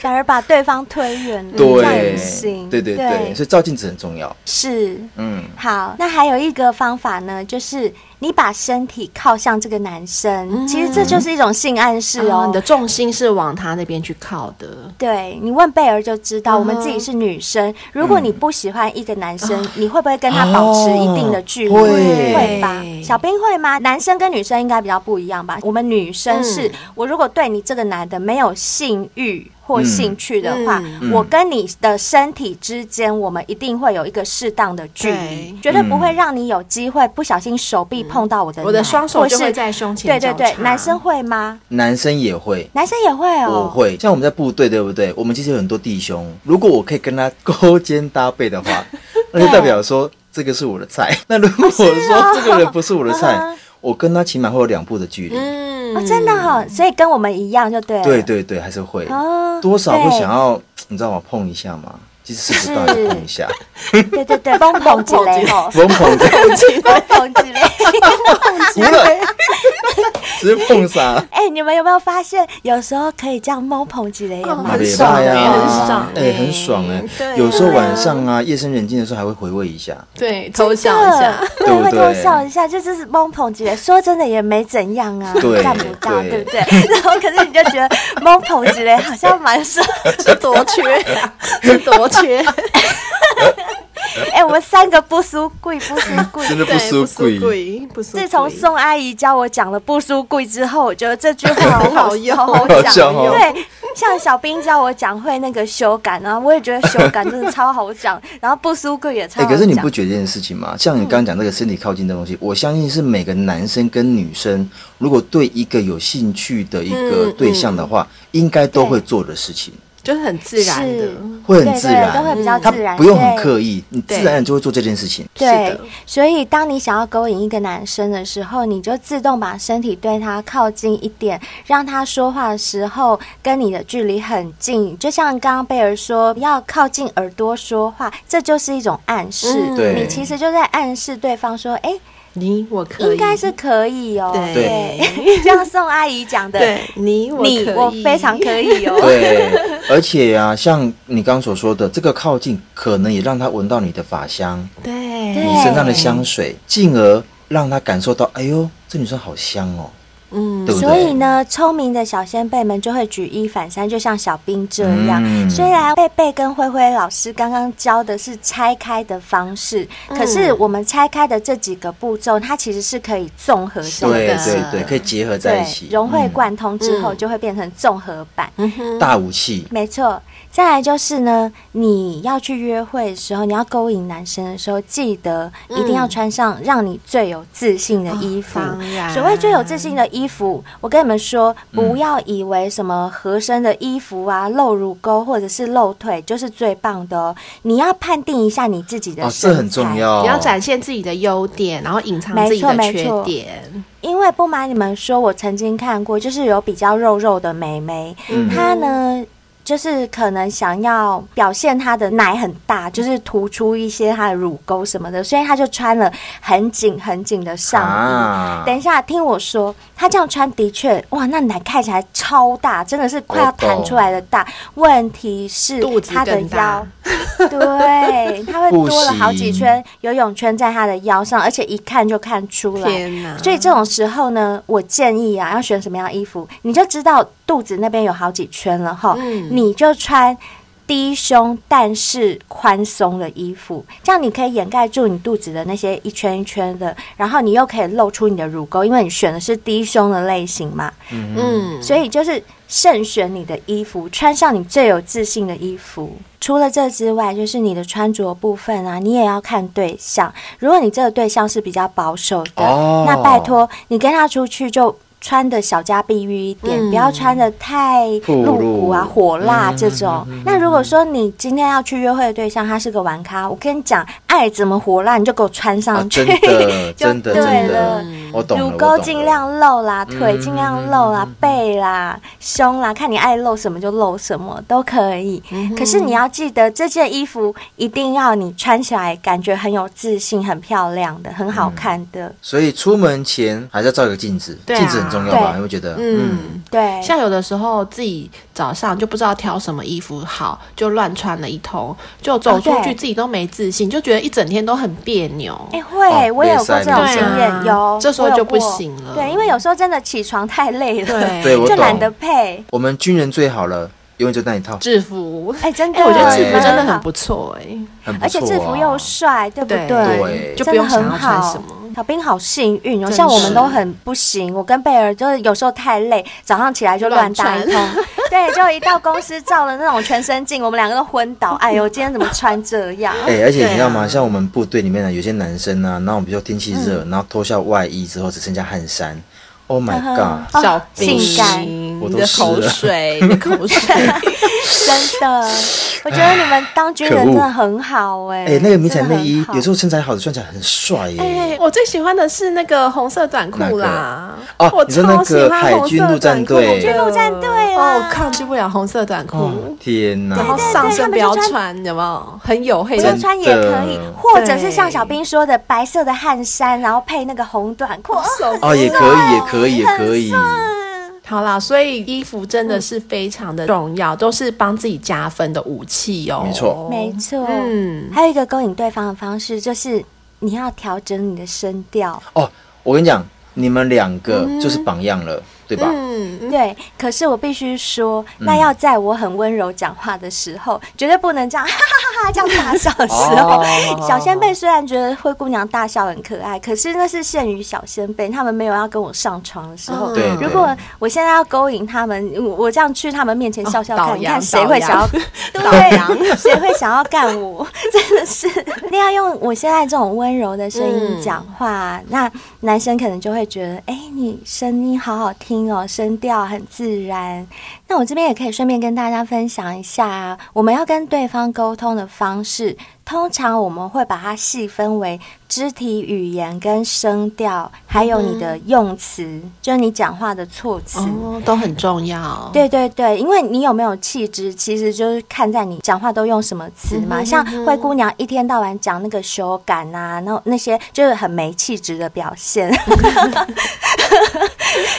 S5: 反而把对方推远了，嗯这样也
S3: 对
S5: 不行，
S3: 对对对，所以照镜子很重要。
S5: 是。
S3: 嗯，
S5: 好，那还有一个方法呢，就是你把身体靠向这个男生，
S3: 嗯
S5: 其实这就是一种性暗示
S2: 然
S5: 哦。
S2: 后你的重心是往他那边去靠的。
S5: 对你问贝儿就知
S2: 嗯
S5: 道，
S2: 哼嗯
S5: 我们自己是女生，如果你不喜欢一个男生，
S2: 啊
S5: 你会不会跟他保持一定的距离？
S3: 哦
S5: 会
S3: 会
S5: 吧？小兵会吗？男生跟女生应该比较不一样吧？我们女生是、
S2: 嗯
S5: 我如果对你这个男的没有性欲。或兴趣的话，
S2: 嗯
S5: 我跟你的身体之间，我们一定会有一个适当的距离，绝对不会让你有机会不小心手臂碰到我的奶、
S2: 嗯我的双手
S5: 或
S2: 就是会在胸前
S5: 对对对
S2: 交，叉
S5: 男生会吗？
S3: 男生也会。
S5: 男生也会
S3: 我
S5: 哦。
S3: 会，像我们在部队，对不对？我们其实有很多弟兄，如果我可以跟他勾肩搭背的 话，那就代表说这个是我的菜。那如果
S5: 哦
S3: 说这个人不是我的
S5: 嗯
S3: 菜，我跟他起码会有两步的距离。
S2: 嗯
S5: 哦，真的哈、所以跟我们一样就对了。
S3: 对对对，还是会
S5: 哦
S3: 多少会
S5: 对
S3: 想要，你知道吗？碰一下嘛，其实是不到
S5: 是
S3: 也碰一下，
S5: 对 对对，蹦蹦起来吼，
S3: 不用捧着，
S5: 蹦蹦起来，
S3: 除了只是碰啥？
S5: 哎、你们有没有发现，有时候可以这样蒙捧起来也蛮
S2: 很
S3: 没
S2: 爽
S3: 办呀，
S2: 很爽
S3: 啊哎，很爽哎
S2: 对啊。
S3: 有时候晚上啊，夜深人静的时候还会回味一下。
S2: 对，偷笑一下。
S5: 对，
S3: 对不
S5: 会偷
S3: 对
S5: 笑一下，就只是蒙捧起来。说真的也没怎样啊，
S3: 对
S5: 干不到，
S3: 对
S5: 对不对？ 然后可是你就觉得蒙捧起来好像蛮爽。
S2: 是多缺， 是多缺，
S5: 哎、我们三个不输贵，不输贵。
S3: 真的不
S2: 对，
S3: 输
S2: 不输
S3: 贵，
S2: 贵，不输贵。
S5: 自从宋阿姨教我讲了不输贵之后，我觉得这句话
S2: 很好用
S5: 好好
S3: 好
S5: 讲
S3: 讲哦
S5: 对，像小兵教我讲会那个修改，然后我也觉得修改真的超好讲， 然后不输贵也超
S3: 哎、
S5: 好讲。
S3: 可是你不觉得这件事情吗？像你刚刚讲这个身体靠近的东西，我相信是每个男生跟女生，如果对一个有兴趣的一个
S2: 嗯
S3: 对象的话，应该都会做的事情，
S2: 就是很自然的
S5: 是，
S3: 会很自然，
S5: 对对都会比较
S3: 他
S5: 自然
S3: 不用很
S5: 对
S3: 刻意，你自
S2: 对
S3: 然而然就会做这件事情。
S2: 是
S5: 对
S2: 的，
S5: 所以当你想要勾引一个男生的时候，你就自动把身体对他靠近一点，让他说话的时候跟你的距离很近。就像刚刚贝尔说，要靠近耳朵说话，这就是一种暗示。
S2: 嗯
S3: 对
S5: 你其实就在暗示对方说：“哎、
S2: 你我可以，
S5: 应该是可以哦。”
S2: 对
S5: 对，像宋阿姨讲的，
S2: 对你我
S5: 你
S2: 可以
S5: 我非常可以哦。
S3: 对，而且啊，像你刚所说的，这个靠近可能也让他闻到你的发香，
S2: 对
S5: 对
S3: 你身上的香水，进而让他感受到，哎呦，这女生好香哦，
S2: 嗯
S3: 对不对？
S5: 所以呢，聪明的小先辈们就会举一反三，就像小兵这样。
S3: 嗯
S5: 虽然贝贝跟灰灰老师刚刚教的是拆开的方式，
S2: 嗯
S5: 可是我们拆开的这几个步骤，它其实是可以综合中
S3: 对
S5: 的。嗯
S3: 对对，可以结合在一起，
S5: 融会
S3: 嗯
S5: 贯通之后
S2: 嗯
S5: 就会变成综合版。
S2: 嗯哼，
S3: 大武器。
S5: 没错，再来就是呢，你要去约会的时候，你要勾引男生的时候，记得一定要
S3: 嗯
S5: 穿上让你最有自信的衣服。
S2: 哦当然
S5: 所谓最有自信的衣服，我跟你们说，
S3: 嗯
S5: 不要以为什么合身的衣服啊、露乳沟或者是露腿就是最棒的哦。你要判定一下你自己的
S3: 哦，
S5: 身
S3: 这
S5: 材，
S3: 很重。要。
S2: 你要展现自己的优点，然后隐藏自己的
S5: 没错没
S2: 缺
S5: 错
S2: 点，
S5: 因为不瞒你们说，我曾经看过，就是有比较肉肉的美眉，
S3: 嗯
S5: 她呢。就是可能想要表现她的奶很大，就是突出一些她的乳沟什么的，所以她就穿了很紧很紧的上衣。
S3: 啊
S5: 等一下，听我说，她这样穿的确，哇，那奶看起来超大，真的是快要弹出来的大。问题是
S2: 肚子
S5: 她的
S2: 更大
S5: 腰，对，她会
S3: 不
S5: 多了好
S3: 行
S5: 几圈游泳圈在她的腰上，而且一看就看出来。
S2: 天哪！
S5: 所以这种时候呢，我建议啊，要选什么样的衣服，你就知道肚子那边有好几圈了哈，
S2: 嗯
S5: 你就穿。低胸但是宽松的衣服，这样你可以掩盖住你肚子的那些一圈一圈的，然后你又可以露出你的乳沟，因为你选的是低胸的类型嘛，
S2: 嗯，
S5: 所以就是慎选你的衣服，穿上你最有自信的衣服。除了这之外，就是你的穿着部分啊，你也要看对象。如果你这个对象是比较保守的，
S3: 哦
S5: 那拜托你跟他出去就。穿的小家碧玉一点，
S2: 嗯
S5: 不要穿的太
S3: 暴
S5: 露骨啊、
S3: 露嗯
S5: 火辣这种。那如果说你今天要去约会的对象他是个玩咖，我跟你讲，爱怎么火辣你就给我穿
S3: 啊，
S5: 上去，
S3: 真的，
S5: 就
S3: 真的，
S5: 对
S3: 真的
S5: 了，
S3: 我懂了，
S5: 乳
S3: 我懂
S5: 沟
S3: 了
S5: 尽量露啦，腿
S3: 嗯
S5: 尽量露啦，背啦，胸啦，看你爱露什么就露什么都可以。
S2: 嗯
S5: 可是你要记得，这件衣服一定要你穿起来感觉很有自信、很漂亮的、很好看的。
S3: 所以出门前还是要照一个镜子，
S2: 对啊
S3: 镜子很重要吧？
S5: 对
S3: 你会觉得，嗯，
S2: 嗯，
S5: 对，
S2: 像有的时候自己早上就不知道挑什么衣服好，就乱穿了一通，就走出
S5: 哦
S2: 去
S5: 对
S2: 自己都没自信，就觉得一整天都很别扭。
S5: 哎、会，
S3: 哦
S5: 我也有过这种
S2: 对啊
S5: 经验，有，
S2: 这时候
S5: 我有
S2: 就不
S5: 过
S2: 行了
S5: 对，因为有时候真的起床太累了，
S2: 对
S3: 对我
S5: 就
S3: 懂。
S5: 懒得配。
S3: 我们军人最好了，永远就那一套，
S2: 制服，
S5: 哎、真的，
S2: 哎，我觉得制
S3: 气
S2: 服
S3: 氛
S2: 真的很不错哎。
S3: 很不错啊
S5: 而且制服又帅，对不
S2: 对
S3: 对
S2: 就不
S5: 真的
S2: 用想
S5: 很
S2: 要穿
S5: 好
S2: 什么。
S5: 小兵好幸运哦，
S2: 真
S5: 像我
S2: 是
S5: 们都很不行。我跟贝尔就是有时候太累，早上起来就乱打一
S2: 乱
S5: 通， 对，就一到公司照了那种全身镜，我们两个都 昏倒。哎呦，今天怎么穿这样？
S3: 哎、而且
S2: 对啊
S3: 你知道吗？像我们部队里面呢，有些男生呢、啊，然后我们比如说天气热，然后脱下外衣之后只剩下汗衫，Oh
S2: 嗯
S3: my
S5: 呵呵
S3: god！
S5: 哦
S2: 小兵
S5: 性感，
S3: 我
S2: 你
S3: 都
S2: 的
S3: 湿
S2: 口
S3: 了。
S2: 水，你的口水，
S5: 真的，我觉得你们当军人
S3: 可恶
S5: 真的很好哎、
S3: 哎、那个迷彩内衣
S5: 真的很好
S3: 有时候身材好的穿起来很帅耶、
S2: 哎、我最喜欢的是那个红色短
S3: 哪
S2: 裤
S3: 个
S2: 啦。
S3: 哦
S2: 我
S3: 你说那
S2: 超喜
S3: 个
S2: 欢
S3: 海
S2: 红
S3: 军
S2: 色
S3: 陆战
S2: 短裤
S3: 队
S2: 我觉得
S5: 陆战队
S2: 哦，
S5: 啦
S2: 我抗拒不了红色短裤。
S3: 哦，天
S2: 然
S3: 哪
S2: 后！上身不要
S5: 对对对
S2: 穿，有没有？很黝黑
S5: 就
S2: 的
S3: 真，
S5: 穿也可以
S3: 的，
S5: 或者是像小兵说的白色的汗衫，然后配那个红短裤。
S3: 哦，也可以，也可以，也可以。
S2: 好啦，所以衣服真的是非常的重要，都是帮自己加分的武器哦。
S3: 没错
S5: 没错，
S2: 嗯
S5: 还有一个勾引对方的方式就是你要调整你的声调，
S3: 哦，我跟你讲，你们两个就是榜样了，对吧？
S2: 嗯，嗯
S5: 对。可是我必须说，那要在我很温柔讲话的时候，绝对不能这样哈哈哈哈这样大笑的时候。
S3: 哦
S5: 小仙贝虽然觉得灰姑娘大笑很可爱，可是那是限于小仙贝，他们没有要跟我上床的时
S2: 嗯
S5: 候。
S3: 对，对
S5: 如果我现在要勾引他们，我我这样去他们面前笑笑
S2: 哦
S5: 看，
S2: 倒
S5: 你看
S2: 羊
S5: 谁会
S2: 倒
S5: 想要
S2: 羊？
S5: 对，谁会想要干我？ 真的是，一定要用我现在这种温柔的声音讲话，那男生可能就会觉得，哎、你声音好好听哦，声调很自然。那我这边也可以顺便跟大家分享一下、啊，我们要跟对方沟通的方式，通常我们会把它细分为肢体语言、跟声调，还有你的用词，就是你讲话的措辞。
S2: 哦，都很重要。，
S5: 对对对，因为你有没有气质，其实就是看在你讲话都用什么词
S2: 嗯
S5: 嘛。像灰姑娘一天到晚讲那个修感啊，那那些就是很没气质的表现。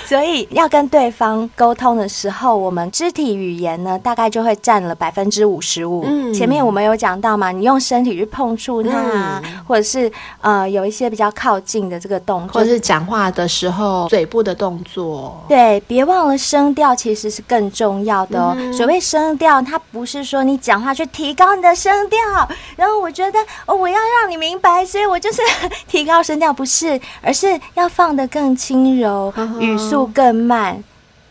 S5: 所以要跟对方沟通的时候，我们肢体语言呢，大概就会占了百分之五十五。
S2: 嗯
S5: 前面我们有讲到嘛，你用身体去碰触它
S2: 嗯
S5: 啊，或者是呃有一些比较靠近的这个动作，
S2: 或者是讲话的时候嘴部的动作，
S5: 对，别忘了声调其实是更重要的哦。
S2: 嗯
S5: 所谓声调，它不是说你讲话去提高你的声调，然后我觉得哦，我要让你明白，所以我就是提高声调，不是，而是要放得更轻柔，
S2: 嗯
S5: 语速更慢，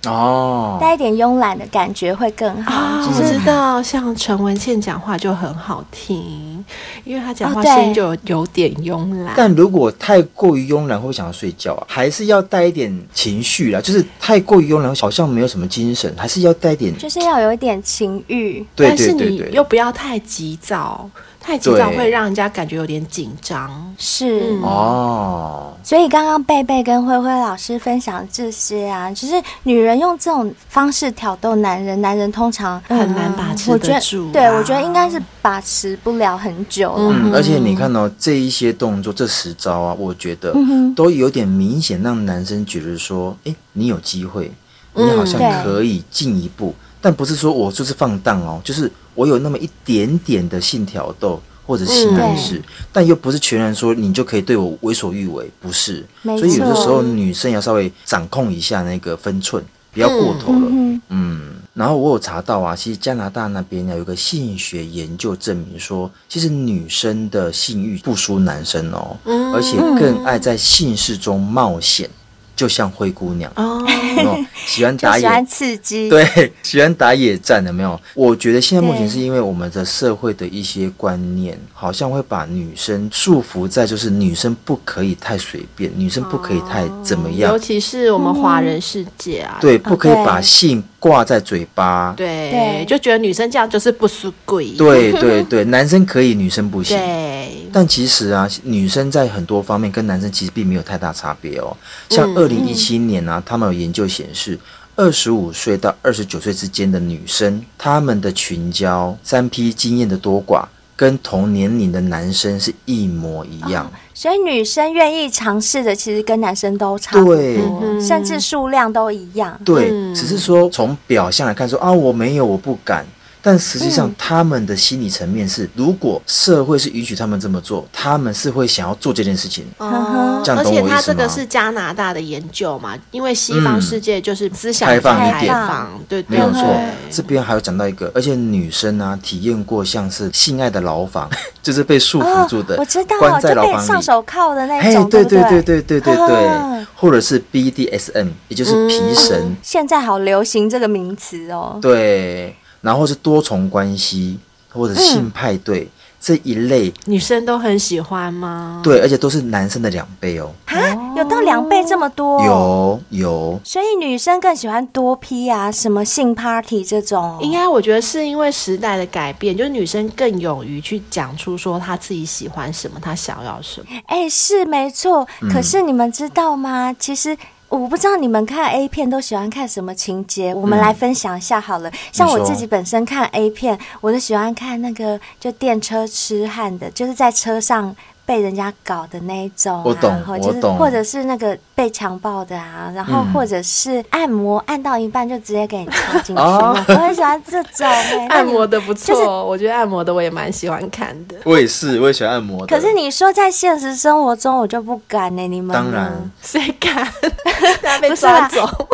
S3: 哦，
S5: 带一点慵懒的感觉会更好。
S2: 啊，
S5: 就
S2: 我
S5: 是
S2: 知道，像陈文茜讲话就很好听，因为她讲话
S5: 哦对
S2: 声音就有有点慵懒。
S3: 但如果太过于慵懒，会不会想要睡觉啊？还是要带一点情绪啦，就是太过于慵懒，好像没有什么精神，还是要带一点。
S5: 就是要有一点情欲。
S3: 对
S2: 但
S3: 对
S2: 是
S3: 对
S2: 你
S3: 对，
S2: 又不要太急躁，太急躁
S3: 对
S2: 会让人家感觉有点紧张。
S5: 是，
S2: 嗯
S3: 哦，
S5: 所以刚刚贝贝跟灰灰老师分享这些啊，就是女人用这种方式挑逗男人，男人通常
S2: 很难把持
S5: 嗯我觉
S2: 得住啊
S5: 对，我觉得应该是把持不了很久了。
S3: 嗯，而且你看哦，这一些动作，这十招啊，我觉得
S5: 嗯哼
S3: 都有点明显让男生觉得说，诶，你有机会，
S5: 嗯
S3: 你好像
S5: 对
S3: 可以进一步，但不是说我就是放荡哦，就是我有那么一点点的性挑逗或者性暗
S5: 嗯
S3: 示，但又不是全然说你就可以对我为所欲为，不是。
S5: 没
S3: 所以有的时候
S5: 错
S3: 女生要稍微掌控一下那个分寸，不要过头了。
S5: 嗯
S3: 嗯，然后我有查到啊，其实加拿大那边呢有一个性学研究证明说，其实女生的性欲不输男生哦，
S5: 嗯
S3: 而且更爱在性事中冒险，就像灰姑娘，
S2: 哦，
S3: 有没有喜欢
S5: 就
S3: 打
S5: 喜
S3: 野
S5: 欢刺激，
S3: 对， 喜欢打野战的没有？我觉得现在目前
S5: 对
S3: 是因为我们的社会的一些观念，好像会把女生束缚在就是女生不可以太随便，女生不可以太
S5: 哦
S3: 怎么样
S2: 尤，其是我们
S5: 嗯
S2: 华人世界啊，
S3: 对，不可以
S5: 对
S3: 把性挂在嘴巴，
S2: 对
S5: 对
S2: 就觉得女生这样就是不输鬼。
S3: 对对对，男生可以，女生不行。
S2: 对，
S3: 但其实啊，女生在很多方面跟男生其实并没有太大差别哦。
S2: 嗯
S3: 像二零一七年啊，他们有研究显示，二十五岁到二十九岁之间的女生，她们的群交、三 P 经验的多寡，跟同年龄的男生是一模一样。
S2: 哦
S5: 所以女生愿意尝试的，其实跟男生都差不
S3: 对嗯
S5: 多，
S2: 哼
S5: 甚至数量都一样。
S3: 对，
S2: 嗯
S3: 只是说从表象来看说啊，我没有，我不敢。但实际
S2: 嗯
S3: 上，他们的心理层面是，如果社会是允许他们这么做，他们是会想要做这件事情。
S2: 哦
S3: 这样
S2: 而
S3: 懂
S2: 且
S3: 我意
S2: 它
S3: 思
S2: 这个
S3: 吗
S2: 是加拿大的研究嘛，因为西方
S3: 嗯
S2: 世界就是思想
S3: 开
S2: 开
S3: 放
S5: 一点
S2: 放对对
S3: 没
S5: 嗯
S3: 有错
S2: 对，
S3: 这边还有讲到一个，而且女生呢、体验过像是性爱的牢房， 就是被束缚住的，
S5: 哦我知道，
S3: 关在
S5: 就
S3: 牢
S5: 被
S3: 房里。
S5: 上手铐的那
S3: 嘿
S5: 种，，
S3: 对
S5: 不
S3: 对对对对对
S5: 啊，嗯
S3: 或者是 BDSM，也就是皮绳，
S5: 现在好流行这个名词哦。哦
S3: 对，然后是多重关系或者性派对，这一类，
S2: 女生都很喜欢吗？
S3: 对，而且都是男生的两倍哦。
S5: 啊，有到两倍这么多，，
S3: 有有，
S5: 所以女生更喜欢多批啊，什么性 party 这种，
S2: 应该我觉得是因为时代的改变，就是女生更勇于去讲出说她自己喜欢什么，她想要什么。
S5: 哎、是没错。
S3: 嗯
S5: 可是你们知道吗？其实。我不知道你们看 A 片都喜欢看什么情节，我们来分享一下好了。像我
S3: 嗯你说
S5: 自己本身看 A 片，我都喜欢看那个就电车痴汉的，就是在车上被人家搞的那一种、啊，
S3: 我懂
S5: 然后就是
S3: 我懂
S5: 或者是那个被强暴的啊，然后
S3: 嗯
S5: 或者是按摩按到一半就直接给你插进去，
S3: 哦
S5: 我很喜欢这种、欸。那
S2: 按
S5: 你
S2: 摩的不错，
S5: 就是
S2: 我觉得按摩的我也蛮喜欢看的。
S3: 我也是，我也喜欢按摩的。
S5: 可是你说在现实生活中，我就不敢呢、你们呢
S3: 当然，
S2: 谁 敢？他 被
S5: 不是啦
S2: 抓走。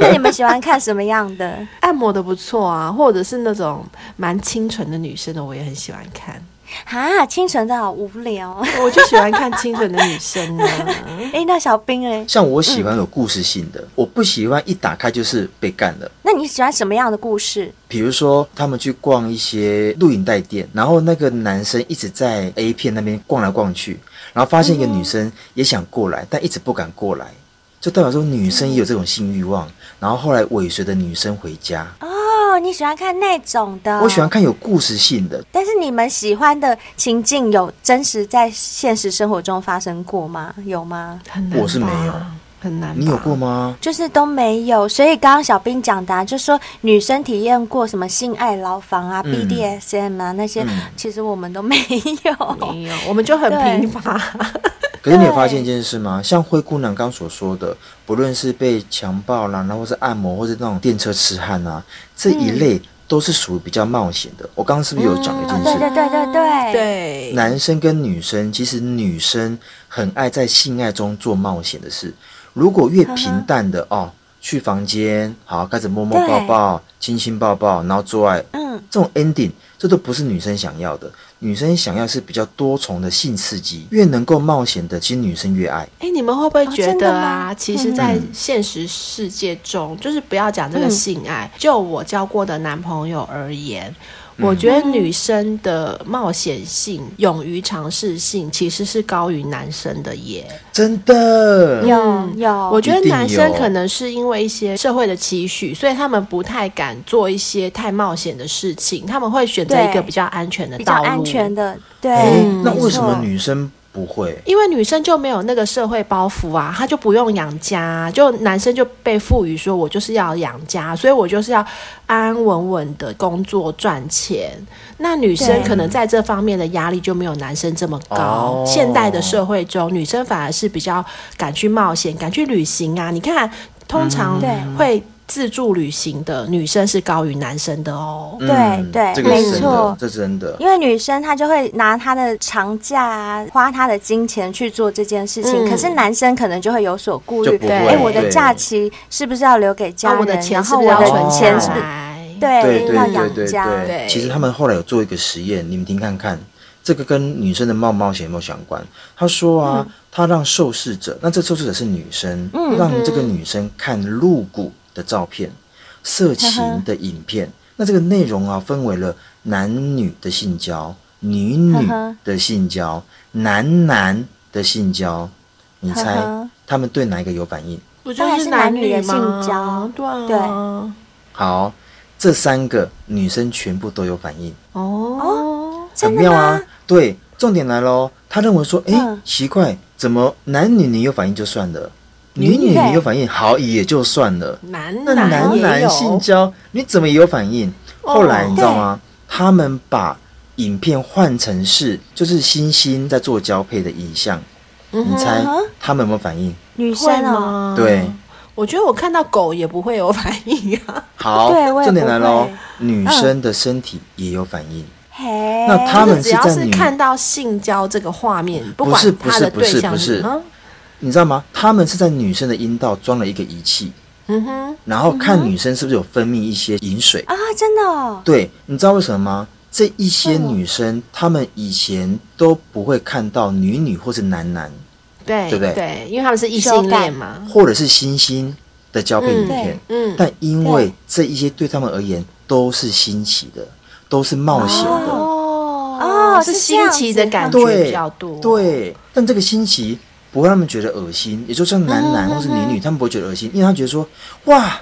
S5: 那你们喜欢看什么 样的？
S2: 按摩的不错啊，或者是那种蛮清纯的女生的，我也很喜欢看。
S5: 啊，清纯的好无聊。
S2: 我就喜欢看清纯的女生啊呢、
S3: 嗯
S5: 哎、那小兵嘞？
S3: 像我喜欢有故事性的，我不喜欢一打开就是被干了。
S5: 那你喜欢什么样的故事？
S3: 比如说，他们去逛一些录影带店，然后那个男生一直在 A 片那边逛来逛去，然后发现一个女生也想过来，但一直不敢过来，就代表说女生也有这种性欲望。然后后来尾随着女生回家，
S5: 哦，你喜欢看那种的？
S3: 我喜欢。看有故事性的，
S5: 但是你们喜欢的情境有真实在现实生活中发生过吗？有吗？
S2: 很难吧，
S3: 我是没有
S2: 很难吧。
S3: 你有过吗？
S5: 就是都没有，所以刚刚小兵讲的、啊，就说女生体验过什么性爱牢房啊、
S3: 嗯
S5: BDSM 啊那些，
S3: 嗯
S5: 其实我们都没有。
S2: 没有，我们就很贫乏。
S3: 可是你有发现一件事吗？像灰姑娘刚所说的，不论是被强暴啦，然后是按摩，或是那种电车痴汉啊，这一类都是属于比较冒险的。我刚刚是不是有讲一件
S5: 哦对
S3: 事？
S5: 对对对对。
S2: 对，
S3: 男生跟女生，其实女生很爱在性爱中做冒险的事。如果越平淡的哦，去房间，好开始摸摸
S5: 对
S3: 抱抱、亲亲抱抱，然后做爱，
S5: 嗯，
S3: 这种 ending，这都不是女生想要的。女生想要是比较多重的性刺激，越能够冒险的，其实女生越爱。
S2: 哎，你们会不会觉
S5: 哦真
S2: 得
S5: 的
S2: 啊？
S5: 吗
S2: 其实，在
S3: 嗯
S2: 现实世界中，就是不要讲这个性
S5: 嗯
S2: 爱，就我交过的男朋友而言。
S3: 嗯
S2: 我觉得女生的冒险性、勇于尝试性，其实是高于男生的耶。
S3: 真的
S5: 有
S2: 嗯
S5: 有，
S2: 我觉得
S3: 一定
S2: 男生
S3: 有
S2: 可能是因为一些社会的期许，所以他们不太敢做一些太冒险的事情，他们会选择一个
S5: 对
S2: 比较安全的
S5: 比较
S2: 道路。
S5: 安全的，对。
S3: 诶
S2: 嗯
S3: 哎那为什么
S5: 没错
S3: 女生不会？
S2: 因为女生就没有那个社会包袱啊，她就不用养家、就男生就被赋予说，我就是要养家，所以我就是要安安稳稳的工作赚钱。那女生
S5: 对
S2: 可能在这方面的压力就没有男生这么高
S3: 哦。
S2: 现代的社会中，女生反而是比较敢去冒险、敢去旅行啊。你看，通常
S5: 嗯对
S2: 会自助旅行的女生是高于男生的哦。
S5: 对对
S3: 嗯这个是
S5: 没
S3: 真的
S5: 错，
S3: 这真的。
S5: 因为女生她就会拿她的长假啊，花她的金钱去做这件事情，
S2: 嗯
S5: 可是男生可能就会有所顾
S3: 就
S5: 虑
S3: 不，
S2: 会
S5: 哎，我的
S3: 对
S5: 假期是不是要留给家
S2: 啊，
S5: 人？
S2: 我的钱
S5: 然
S2: 是
S5: 后
S2: 不是
S5: 我
S2: 要
S5: 的
S2: 存
S5: 钱
S2: 下
S5: 是不是
S2: 来？
S3: 对
S5: 对
S3: 对
S5: 哎要
S3: 对
S5: 养
S3: 对
S5: 家？
S3: 对，其实他们后来有做一个实验，你们听看看，这个跟女生的冒冒险有没有相关？他说啊，
S5: 嗯
S3: 他让受试者，那这受试者是女生，让这个女生看露骨的照片、色情的影
S5: 嗯
S3: 片，那这个内容啊，分为了男女的性交、女女
S5: 呵呵
S3: 的性交、男男的性交，你猜
S5: 呵呵
S3: 他们对哪一个有反应？
S2: 不
S5: 当然是男女的性交
S2: 对啊，
S5: 对
S3: 好，这三个女生全部都有反应。
S2: 哦，
S3: 很
S5: 真的
S3: 妙啊
S5: 吗？。
S3: 对，重点来喽。他认为说，哎、
S5: 嗯
S3: 奇怪，怎么男女你有反应就算了，女
S5: 女
S3: 女
S5: 对
S3: 你有反应好也就算了，
S2: 男
S3: 那男
S2: 也有
S3: 男性交你怎么也有反应？
S2: 哦
S3: 后来你知道吗？他们把影片换成是就是星星在做交配的影像，你猜
S5: 嗯哼
S3: 他们有没有反应？
S5: 女
S2: 会
S5: 生哦，
S2: 吗？
S3: 对，
S2: 我觉得我看到狗也不会有反应啊。
S3: 好
S5: 对我，也
S3: 重点来喽
S5: 不会，嗯
S3: 女生的身体也有反应。
S5: 嘿，
S3: 那 他们
S2: 只
S3: 是
S2: 要
S3: 在
S2: 是
S3: 女
S2: 看到性交这个画面，
S3: 不
S2: 管
S3: 是不
S2: 他
S3: 是
S2: 的
S3: 不
S2: 对
S3: 是
S2: 象
S3: 不是
S2: 啊，
S3: 你知道吗？他们是在女生的阴道装了一个仪器，
S2: 嗯哼，
S3: 然后看女生是不是有分泌一些饮水。
S5: 啊，真的哦，
S3: 对，你知道为什么吗？这一些女生，她们以前都不会看到女女或是男男，
S2: 对
S3: 对不对
S2: 因为他们是异性恋嘛，
S3: 或者是星星的交配影
S2: 嗯
S3: 片，
S2: 嗯，
S3: 但因为
S5: 对
S3: 这一些对她们而言都是新奇的，都是冒险的，
S2: 哦
S5: 哦哦
S2: 是
S5: 是这
S2: 新
S5: 样
S2: 奇
S5: 子
S2: 的感觉比
S3: 对
S2: 较多。，
S3: 对，但这个新奇不会让他们觉得恶心，也就是像男
S2: 嗯
S3: 男或是女女，他们不会觉得恶心，因为他觉得说，哇，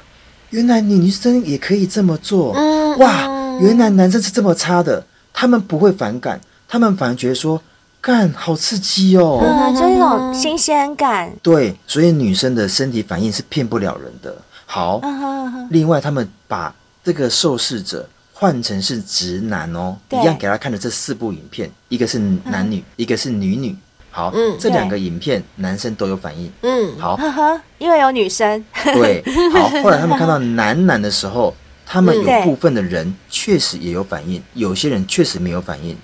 S3: 原来女生也可以这么做，
S2: 嗯
S3: 哇，原来男生是这么差的，他们不会反感，他们反而觉得说，干好刺激哦。
S5: 嗯，就是一种新鲜感。
S3: 对，所以女生的身体反应是骗不了人的。好，
S5: 嗯哼哼，
S3: 另外他们把这个受试者换成是直男哦，
S5: 对嗯
S3: 一样给他看的这四部影片，一个是男女，一个是女女。好，
S2: 嗯
S3: 这两
S5: 对
S3: 个影片男生都有反应。
S2: 嗯，
S3: 好，
S5: 呵呵，因为有女生，
S3: 对，好。后来他们看到男男的时候，他们
S2: 嗯
S3: 有
S5: 对
S3: 部分的人确实也有反应，有些人确实没有反应，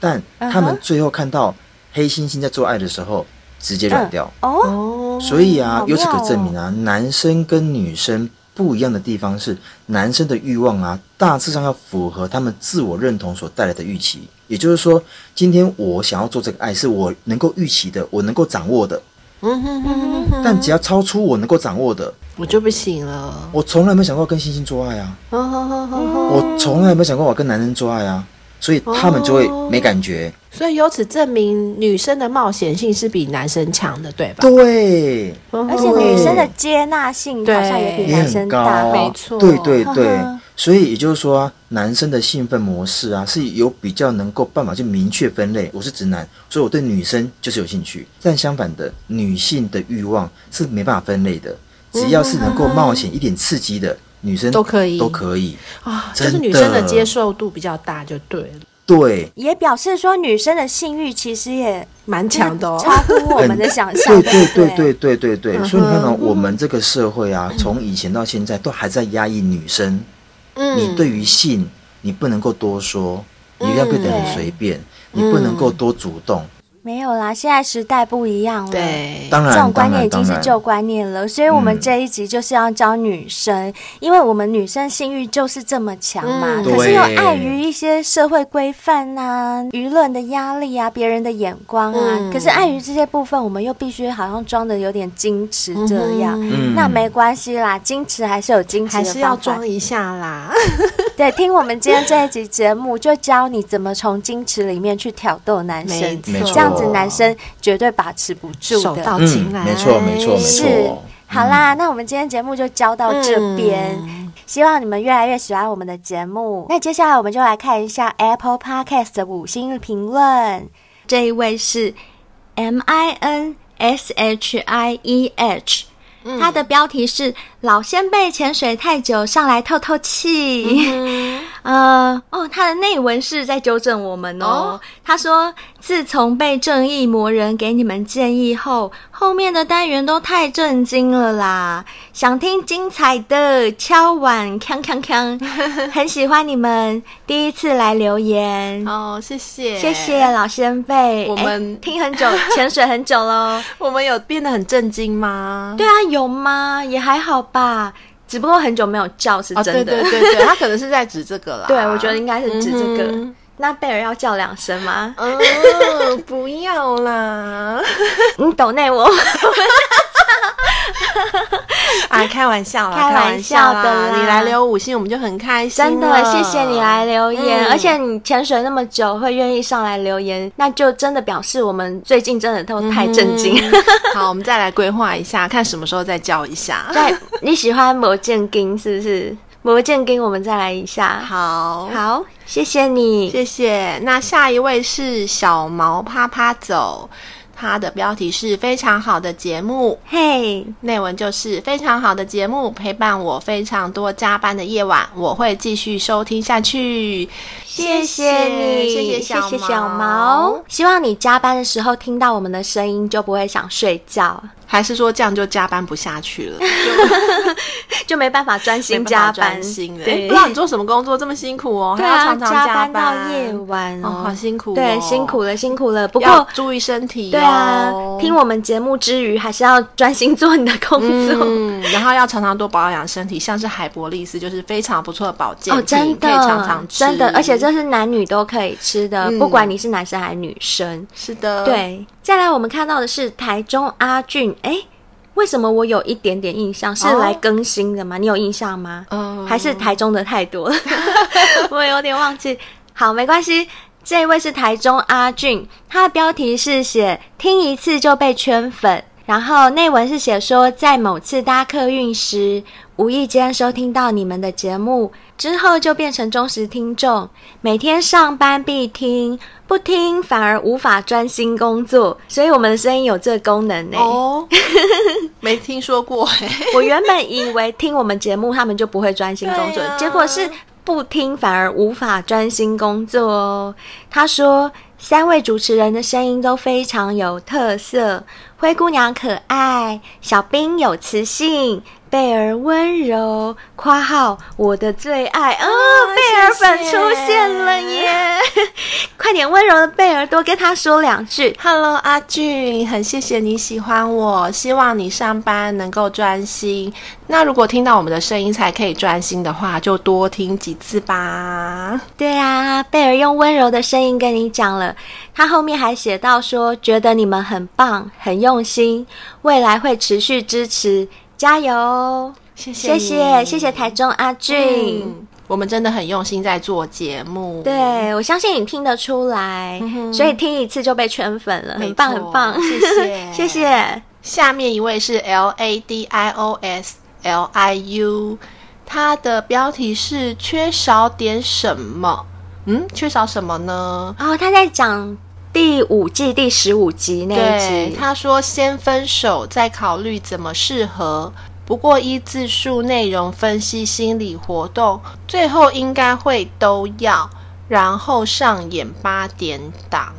S3: 但他
S5: 嗯
S3: 们
S5: 哼
S3: 最后看到黑猩猩在做爱的时候，直接软
S5: 嗯
S3: 掉。
S5: 哦，
S2: 哦，
S3: 所以啊
S5: 好，
S3: 由此可
S5: 妙
S3: 证明啊，男生跟女生不一样的地方是，男生的欲望啊，大致上要符合他们自我认同所带来的预期。也就是说，今天我想要做这个爱，是我能够预期的，我能够掌握的。
S2: 嗯哼哼哼哼，
S3: 但只要超出我能够掌握的，
S2: 我就不行了。
S3: 我从来没想过跟星星做爱啊，
S2: 哦吼吼吼吼
S3: 我从来没想过我跟男生做爱啊，所以他们就会
S2: 哦
S3: 没感觉。
S2: 所以由此证明，女生的冒险性是比男生强的，对吧？嗯
S3: 对，
S2: 而
S5: 而且女生的接纳性好像也比
S3: 也
S5: 男生
S3: 很
S5: 大。哦
S3: 高，
S2: 没错
S3: 对对对
S5: 呵呵，
S3: 所以也就是说、啊，男生的兴奋模式啊，是有比较能够办法去明确分类。我是直男，所以我对女生就是有兴趣；但相反的，女性的欲望是没办法分类的，只要是能够冒险一点刺激的，女生
S2: 都可以
S3: 都可以。
S2: 啊，就
S3: 真的
S2: 是女生的接受度比较大，就对了，
S3: 对，
S5: 也表示说，女生的性欲其实也
S2: 蛮强的哦。
S5: 超乎我们的想象。
S3: 哎对对
S5: 对
S3: 对对对对
S5: 嗯
S3: 对，所以你看到、我们这个社会啊，从以前到现在都还在压抑女生。
S2: 嗯
S3: 你对于性，你不能够多说，你要变得
S5: 嗯
S3: 很随便，你不能够多主动。
S5: 没有啦，现在时代不一样了。。
S2: 对，
S3: 当然，
S5: 这种
S3: 当
S5: 观念
S3: 然
S5: 已经是
S3: 当然
S5: 旧观念了，所以我们
S3: 嗯
S5: 这一集就是要教女生，因为我们女生性欲就是这么强嘛，
S2: 嗯
S5: 可是又
S3: 对
S5: 碍于一些社会规范呐、舆论的压力啊、别人的眼光啊，
S2: 嗯
S5: 可是碍于这些部分，我们又必须好像装的有点矜持这样。
S3: 嗯
S5: 那没关系啦，矜持还是有矜持的
S2: 还是要
S5: 方法
S2: 装一 下啦。
S5: 对，听我们今天这一集节目，就教你怎么从矜持里面去挑逗男生，
S2: 没
S5: 这
S2: 错
S5: 样子男生绝对把持不住
S2: 手
S5: 的。
S2: 到擒
S3: 嗯，
S2: 来，
S3: 没错没错没嗯
S5: 是
S3: 错。
S5: 好啦，那我们今天节目就教到这边。希望你们越来越喜欢我们的节目。那接下来我们就来看一下 Apple Podcast 的五星评论。这一位是 M I N S H I E H，、它
S6: 嗯
S5: 的标题是“老先辈潜水太久，上来透透
S6: 嗯
S5: 气” 呃，哦，他的内文是在纠正我们哦。他说，自从被正义魔人给你们建议后，后面的单元都太震惊了啦！想听精彩的，敲碗锵 锵锵，很喜欢你们第一次来留言。
S6: 哦，谢谢，
S5: 谢谢。老先辈，
S6: 我
S5: 哎
S6: 们
S5: 听很久，潜水很久喽。
S6: 我们有变得很震惊吗？
S5: 对啊，有吗？也还好吧，只不过很久没有叫是
S6: 哦，
S5: 真
S6: 对
S5: 的。
S6: 对对对，他可能是在指这个啦。
S5: 对我觉得应该是指这个。
S6: 嗯
S5: 那贝尔要叫两声 吗？
S6: 嗯，不要啦！
S5: 你抖内我。
S6: 啊，开玩笑啦，
S5: 开
S6: 开
S5: 玩
S6: 玩
S5: 笑的啦
S6: 啦！你来留五星，我们就很开心了。
S5: 真的，谢谢你来留言，
S6: 啊嗯
S5: 而且你潜水那么久，会愿意上来留言，那就真的表示我们最近真的都太震惊。
S6: 嗯好，我们再来规划一下，看什么时候再叫一下。
S5: 对，你喜欢魔剑金是不是？魔剑金，我们再来一下。
S6: 好，
S5: 好，谢谢你。
S6: 谢谢。那下一位是小毛啪啪走，他的标题是非常好的节目，
S5: 嘿
S6: 内文就是非常好的节目，陪伴我非常多加班的夜晚，我会继续收听下去。
S5: 谢谢你，
S6: 谢谢
S5: 谢
S6: 小
S5: 谢
S6: 毛
S5: 小毛。希望你加班的时候听到我们的声音，就不会想睡觉，
S6: 还是说这样就加班不下去了，
S5: 就没办法专
S6: 就没
S5: 心
S6: 办法
S5: 加
S6: 专
S5: 班。
S6: 心了。诶
S5: 对
S6: 不知，道你做什么工作这么辛苦哦，
S5: 对
S6: 还要
S5: 啊，
S6: 常常
S5: 加
S6: 班
S5: 到夜晚
S6: 哦，好辛苦、哦，
S5: 对，辛苦了，辛苦了。不
S6: 要
S5: 过
S6: 注意身体、哦。
S5: 对啊，听我们节目之余，还是要专心做你的工作。
S6: 嗯，然后要常常多保养身体，像是海博利斯就是非常不错的保健
S5: 哦，
S6: 品，
S5: 真的，
S6: 可以常常吃，
S5: 真的，而且这是男女都可以吃的，
S6: 嗯
S5: 不管你是男生还是女生。
S6: 是的，，
S5: 对，再来我们看到的是台中阿俊，哎，为什么我有一点点印象？是
S6: 哦
S5: 来更新的吗？你有印象吗？
S6: 嗯
S5: 还是台中的太多了，我有点忘记。好，没关系。
S7: 这一位是台中阿俊，他的标题是写“听一次就被圈粉”，然后内文是写说，在某次搭客运时，无意间收听到你们的节目，之后就变成忠实听众，每天上班必听，不听反而无法专心工作，所以我们的声音有这功能呢、
S2: 哦，没听说过哎、
S7: 我原本以为听我们节目他们就不会专心工作，
S2: 对啊
S7: 结果是不听反而无法专心工作哦。他说，三位主持人的声音都非常有特色，灰姑娘可爱，小冰有磁性。贝儿温柔，括号我的最爱啊！贝尔粉
S2: 哦谢谢
S7: 出现了耶！ 快点温柔的贝儿，多跟他说两句。
S2: Hello，阿俊，很谢谢你喜欢我，希望你上班能够专心。那如果听到我们的声音才可以专心的话，就多听几次吧。
S7: 对啊，贝尔用温柔的声音跟你讲了，他后面还写到说，觉得你们很棒，很用心，未来会持续支持，加油！
S2: 谢谢
S7: 谢
S2: 你，
S7: 谢谢谢台中阿俊，
S2: 嗯，我们真的很用心在做节目。
S7: 对我相信你听得出来，所以听一次就被圈粉了，很棒
S2: 嗯没
S7: 很
S2: 错
S7: 棒，
S2: 谢谢
S7: 谢谢。
S2: 下面一位是 L A D I O S L I U，它的标题是缺少点什么？嗯，缺少什么呢？
S7: 哦，他在讲第五季第十五集那一
S2: 对，
S7: 集，
S2: 他说先分手，再考虑怎么适合。不过依字数内容分析心理活动，最后应该会都要，然后上演八点档。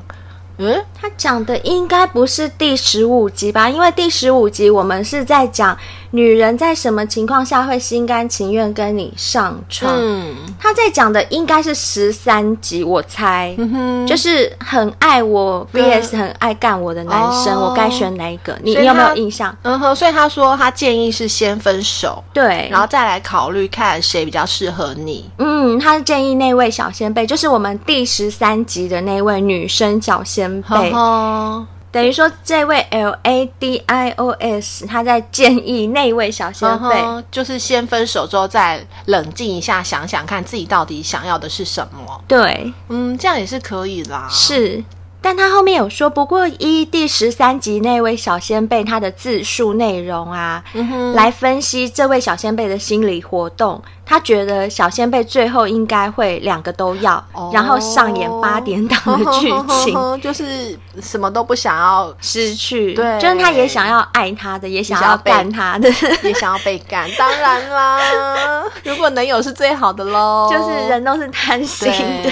S2: 嗯，
S7: 他讲的应该不是第十五集吧？因为第十五集我们是在讲女人在什么情况下会心甘情愿跟你上床。
S2: 嗯，
S7: 他在讲的应该是十三集，我猜，
S2: 嗯
S7: 就是很爱我 VS 很爱干我的男生，
S2: 哦
S7: 我该选哪一个？你
S2: 所以
S7: 你有没
S2: 他
S7: 有印象？
S2: 嗯哼，所以他说他建议是先分手，
S7: 对，
S2: 然后再来考虑看谁比较适合你。
S7: 嗯，他是建议那位小先辈，就是我们第十三集的那位女生小先
S2: 呵
S7: 辈，
S2: 呵，
S7: 等于说这位 L A D I O S 他在建议那位小先
S2: 呵
S7: 辈。
S2: 呵，嗯就是先分手之后再冷静一下，想想看自己到底想要的是什么。
S7: 对，
S2: 嗯，这样也是可以啦。
S7: 是。但他后面有说，不过依第十三集那位小先辈他的自述内容啊，
S2: 嗯
S7: 来分析这位小先辈的心理活动，他觉得小先辈最后应该会两个都要，
S2: 哦
S7: 然后上演八点档的剧 情，
S2: 就是什么都不想要，
S7: 失去，
S2: 对
S7: 就是他也想要爱他的，也想
S2: 想
S7: 要
S2: 要被
S7: 干他的，
S2: 也想要被 干。当然啦， 如果能有是最好的喽。
S7: 就是人都是贪心的。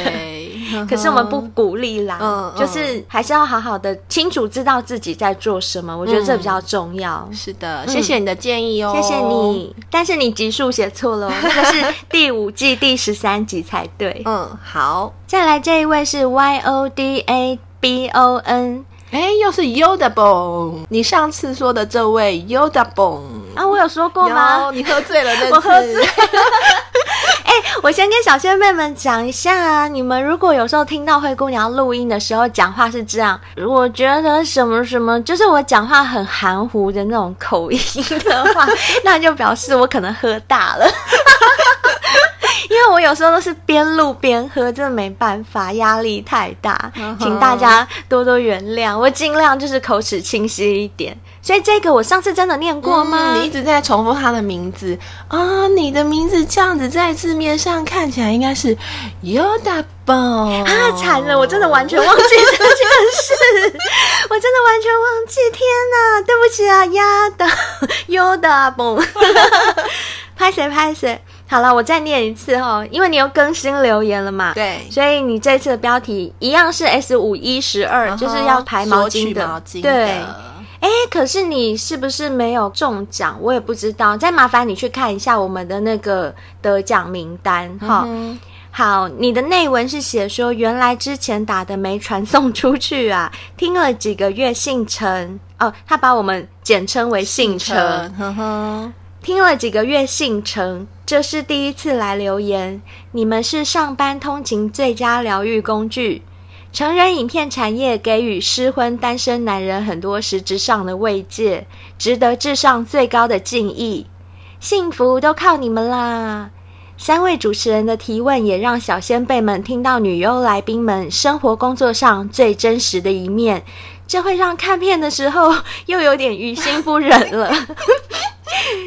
S2: 对，
S7: 可是我们不鼓励啦，
S2: 嗯嗯
S7: 就是还是要好好的清楚知道自己在做什么，我觉得这比较重要。
S2: 是的，谢嗯谢你的建议哦，
S7: 嗯谢谢。你，但是你集数写错了哦，那个是第五季第十三集才对。
S2: 嗯，好。
S7: 再来这一位是 Y O D A B O N
S2: 哎，又是 Yodabon，你上次说的这位 Yodabon，
S7: 啊，我有说过吗？
S2: 你喝醉了 那次，
S7: 我喝醉。哎、 我先跟小仙妹们讲一下啊，你们如果有时候听到灰姑娘录音的时候讲话是这样，我觉得什么什么，就是我讲话很含糊的那种口音的话， 那就表示我可能喝大了。 因为我有时候都是边录边喝，真的没办法，压力太大，
S2: 嗯
S7: 请大家多多原谅。我尽量就是口齿清晰一点，所以这个我上次真的念过吗？
S2: 嗯你一直在重复他的名字啊，你的名字这样子在字面上看起来应该是 Yodabon
S7: 啊，惨了！我真的完全忘记这件事，我真的完全忘记。天哪，对不起啊，呀的， 优的嘣， 拍谁拍谁。好了，我再念一次哦，因为你又更新留言了嘛。。
S2: 对，
S7: 所以你这次的标题一样是 S 五一十二，就是要排毛巾的。
S2: 毛巾的
S7: 对，哎，可是你是不是没有中奖？我也不知道，再麻烦你去看一下我们的那个得奖名单哈。好，你的内文是写说，原来之前打的没传送出去啊，听了几个月姓陈哦，他把我们简称为姓陈，
S2: 车，呵呵，
S7: 听了几个月姓陈，这是第一次来留言。你们是上班通勤最佳疗愈工具。成人影片产业给予失婚单身男人很多实质上的慰藉，值得致上最高的敬意。幸福都靠你们啦！三位主持人的提问也让小先辈们听到女优来宾们生活工作上最真实的一面，这会让看片的时候又有点于心不忍了。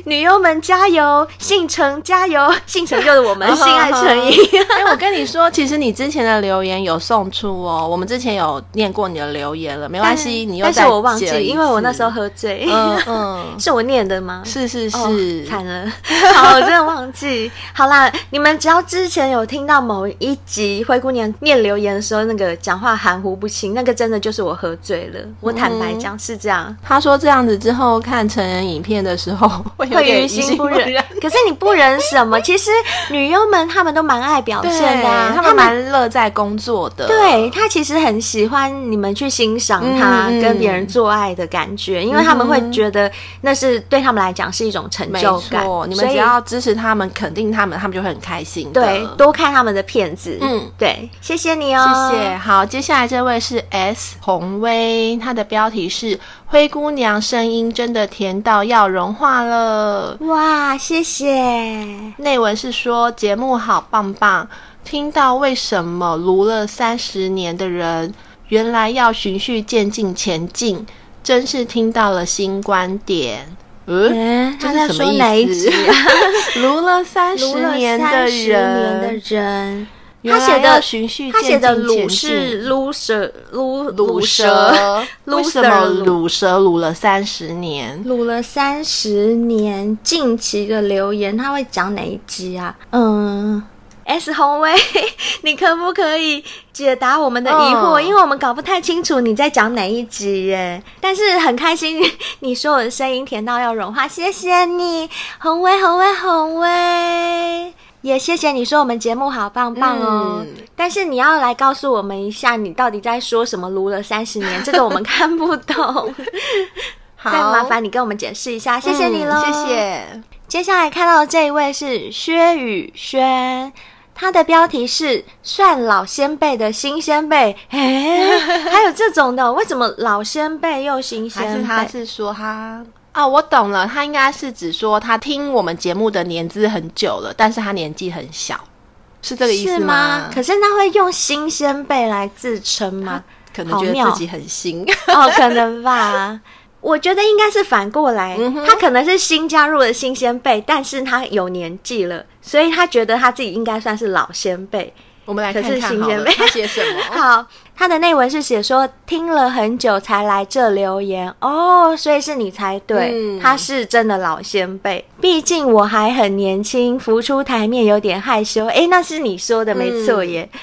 S7: 女优们加油，信诚 加油，信诚就是我
S2: 哦
S7: 们性爱成瘾。
S2: 哎、我跟你说，其实你之前的留言有送出哦，我们之前有念过你的留言了，没关系，你又
S7: 但是
S2: 再
S7: 我忘记
S2: 写了，一
S7: 因为我那
S2: 次
S7: 时候，喝醉。
S2: 嗯嗯，
S7: 是我念的吗？
S2: 是是
S7: 哦
S2: 是，
S7: 惨、了，好，我真的忘记。好啦，你们只要之前有听到某一集灰姑娘念留言的时候，那个讲话含糊不清，那个真的就是我喝醉了。我坦白讲是这样，
S2: 他说这样子之后看成人影片的时候会有
S7: 会
S2: 点
S7: 于心
S2: 不
S7: 不忍。可是你不忍什么？其实女优们她们都蛮爱表
S2: 对，
S7: 现的、啊，
S2: 他们蛮乐在工作的，
S7: 对他其实很喜欢你们去欣赏他
S2: 呃嗯嗯嗯
S7: 跟别人做爱的感觉，因为他们会觉得那是对他们来讲是一种成
S2: 没
S7: 就感
S2: 错，。你
S7: 所
S2: 们
S7: 以
S2: 只要支持他们、肯定他们，他们就会很开心的。
S7: 对，多看他们的片子。
S2: 嗯
S7: 嗯，对，谢谢你哦，
S2: 谢谢。。好，接下来这位是 S 红薇，她的标题是《灰姑娘声音真的甜到要融化了》，
S7: 哇，谢谢！
S2: 内文是说节目好棒棒，听到为什么撸了三十年的人，原来要循序渐进前进，真是听到了新观点。嗯，
S7: 嗯，
S2: 这
S7: 他
S2: 是
S7: 在
S2: 什么
S7: 说哪
S2: 意
S7: 一
S2: 思
S7: 集 啊？
S2: 撸了三十
S7: 撸了
S2: 年的
S7: 三十年的
S2: 人，
S7: 人，
S2: 原来
S7: 他写的
S2: 要循序
S7: 他写
S2: 渐
S7: 的
S2: 进前
S7: 卤
S2: 进。
S7: 是撸蛇撸
S2: 卤
S7: 蛇，
S2: 蛇，
S7: Loser
S2: 为什么
S7: 卤
S2: 卤蛇卤了三十年？
S7: 撸了三十年。近期的留言他会讲哪一集啊？嗯。S 红威， 你可不可以解答我们的疑惑？
S2: 嗯
S7: 因为我们搞不太清楚你在讲哪一集耶。但是很开心， 你说我的声音甜到要融化，谢谢你，红威，红威，红威。也谢谢你说我们节目好棒棒哦，
S2: 嗯
S7: 但是你要来告诉我们一下，你到底在说什么？撸了三十年，这个我们看不 懂。
S2: 好，
S7: 再麻烦你跟我们解释一下，谢谢你
S2: 了，
S7: 喽、
S2: 嗯谢。谢。
S7: 接下来看到的这一位是薛宇轩，他的标题是“算老先辈的新先辈”， 哎，还有这种的，为什么老先辈又新
S2: 还
S7: 先
S2: 是他
S7: 辈？
S2: 是说他哦，我懂了，他应该是指说他听我们节目的年资很久了，但是他年纪很小，是这个意思
S7: 是吗？可是他会用新先辈来自称吗？
S2: 可能觉
S7: 好
S2: 得
S7: 妙
S2: 自己很新，
S7: 哦，可能吧。我觉得应该是反过来，
S2: 嗯哼
S7: 他可能是新加入的新先辈，但是他有年纪了，所以他觉得他自己应该算是老先辈。
S2: 我们来
S7: 可
S2: 看
S7: 是
S2: 看好
S7: 新鲜
S2: 了，
S7: 妹
S2: 他写什 么？
S7: 好，他的内文是写说听了很久才来这留言哦，所以是你猜对，
S2: 嗯
S7: 他是真的老先辈。毕竟我还很年轻，浮出台面有点害羞。诶，那是你说的，没错耶。
S2: 嗯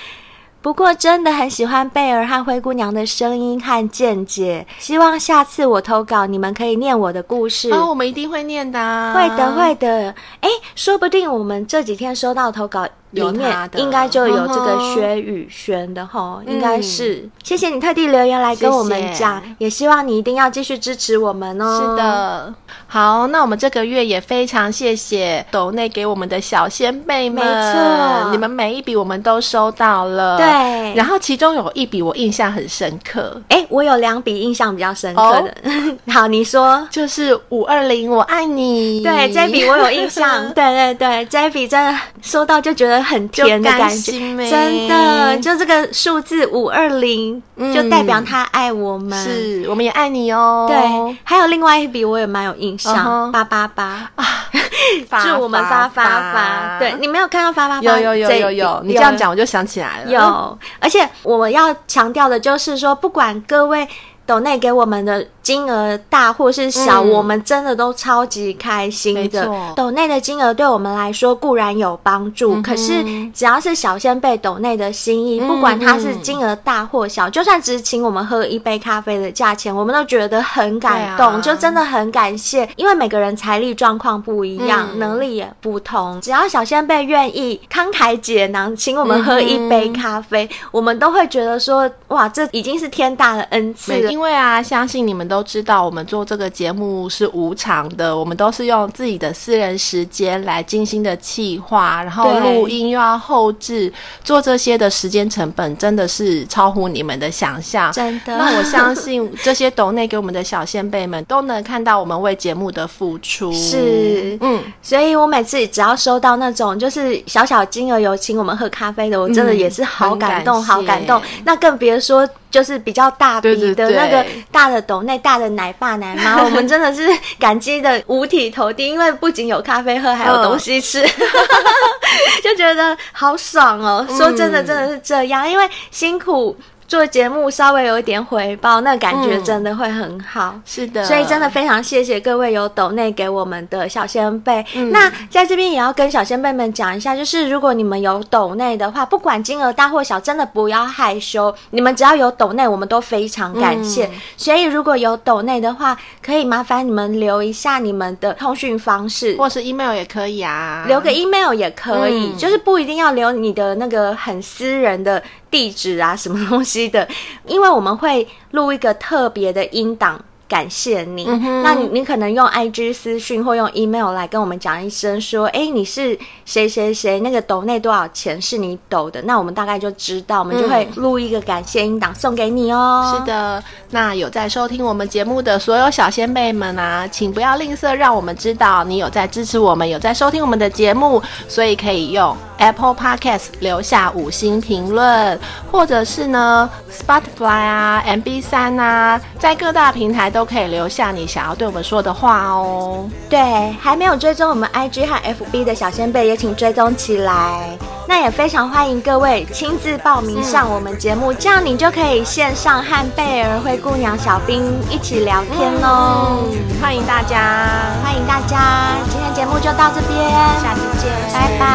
S7: 不过真的很喜欢贝尔和灰姑娘的声音和见解，希望下次我投稿，你们可以念我的故事。
S2: 哦，我们一定会念的啊，
S7: 会的，会的。哎，说不定我们这几天收到投稿里
S2: 有他
S7: 面，
S2: 的
S7: 应该就有这
S2: 嗯
S7: 个
S2: 哼
S7: 薛宇轩的哈，
S2: 嗯
S7: 应该是。谢谢你特地留言来跟我们讲
S2: 谢谢，
S7: 也希望你一定要继续支持我们哦。
S2: 是，的，好，那我们这个月也非常谢谢斗内给我们的小先辈们，
S7: 没错
S2: 你们每一笔我们都收到了，
S7: 对
S2: 然后其中有一笔我印象很深刻，
S7: 哎，我有两笔印象比较深刻的， 好，你说。
S2: 就是五二零我爱你，
S7: 对这笔我有印 象，对对对，这笔真的收到就觉得很甜的感
S2: 就甘心
S7: 觉，
S2: 欸
S7: 真的就这个数字五二零，就代表
S2: 嗯
S7: 他爱我们，
S2: 是我们也爱你哦，
S7: 对，还有另外一笔我也蛮有印象，
S2: 嗯哼
S7: 八八八，
S2: 发，
S7: 祝啊我们发发
S2: 发
S7: 发。对，你没有看到发发发？
S2: 有有有
S7: 这一
S2: 有
S7: 笔
S2: 有，你这样讲我就想起来了，
S7: 有，而且我要强调的就是说，不管各位。抖内给我们的金额大或是小，
S2: 嗯
S7: 我们真的都超级开心
S2: 没
S7: 的
S2: 错。嗯
S7: 抖内的金额对我们来说固然有帮助，可是只要是小先辈抖内的心意，不管它是
S2: 嗯
S7: 金额大或小，就算只请我们喝一杯咖啡的价钱，我们都觉得很感动，
S2: 对啊
S7: 就真的很感谢。因为每个人财力状况不一样，
S2: 嗯
S7: 能力也不同，只要小先辈愿意慷慨解囊，请我们喝一杯咖啡，我们都会觉得说，哇，这已经是天大的恩赐
S2: 每
S7: 了。
S2: 因因为啊，相信你们都知道，我们做这个节目是无偿的，我们都是用自己的私人时间来精心的企划，然后
S7: 对
S2: 录音又要后置，做这些的时间成本真的是超乎你们的想象。
S7: 真的
S2: 那我相信这些抖内给我们的小先辈们都能看到我们为节目的付出。
S7: 是
S2: 嗯，
S7: 所以我每次只要收到那种就是小小金额有请我们喝咖啡的，我真的也是好感动，
S2: 嗯很感谢
S7: 好感动。那更别说就是比较大笔
S2: 对
S7: 的
S2: 对对
S7: 那个大的斗内大的奶爸奶妈，我们真的是感激的五体投地，因为不仅有咖啡喝，还有东西吃，
S2: 嗯
S7: 就觉得好爽哦。说真的，真的是这样，因为辛苦。做节目稍微有一点回报，那感觉
S2: 嗯
S7: 真的会很好。
S2: 是的，
S7: 所以真的非常谢谢各位有抖内给我们的小先辈。那在这边也要跟小先辈们讲一下，就是如果你们有抖内的话，不管金额大或小，真的不要害羞，你们只要有抖内，我们都非常感谢。所以如果有抖内的话，可以麻烦你们留一下你们的通讯方式。
S2: 或是 email 也可以啊，
S7: 留个 email 也可以，
S2: 嗯
S7: 就是不一定要留你的那个很私人的地址啊，什么东西的， 因为我们会录一个特别的音档。感谢你，
S2: 嗯哼
S7: 那你你可能用 IG 私讯或用 email 来跟我们讲一声，说，哎、你是谁谁谁，那个抖内多少钱是你抖的，那我们大概就知道，我们就会录一个感谢音档送给你哦。
S2: 嗯是，的，那有在收听我们节目的所有小先辈们啊，请不要吝啬，让我们知道你有在支持我们，有在收听我们的节目，所以可以用 Apple Podcast 留下五星评论，或者是呢 Spotify 啊、MB 三啊，在各大平台都可以留下你想要对我们说的话哦。
S7: 对，还没有追踪我们 IG 和 FB 的小先辈也请追踪起来。那也非常欢迎各位亲自报名上我们节目，这样你就可以线上和贝儿、灰姑娘、小兵一起聊天喽。
S2: 嗯欢迎大家，
S7: 欢迎大家，今天节目就到这边，
S2: 下次见，
S7: 拜拜。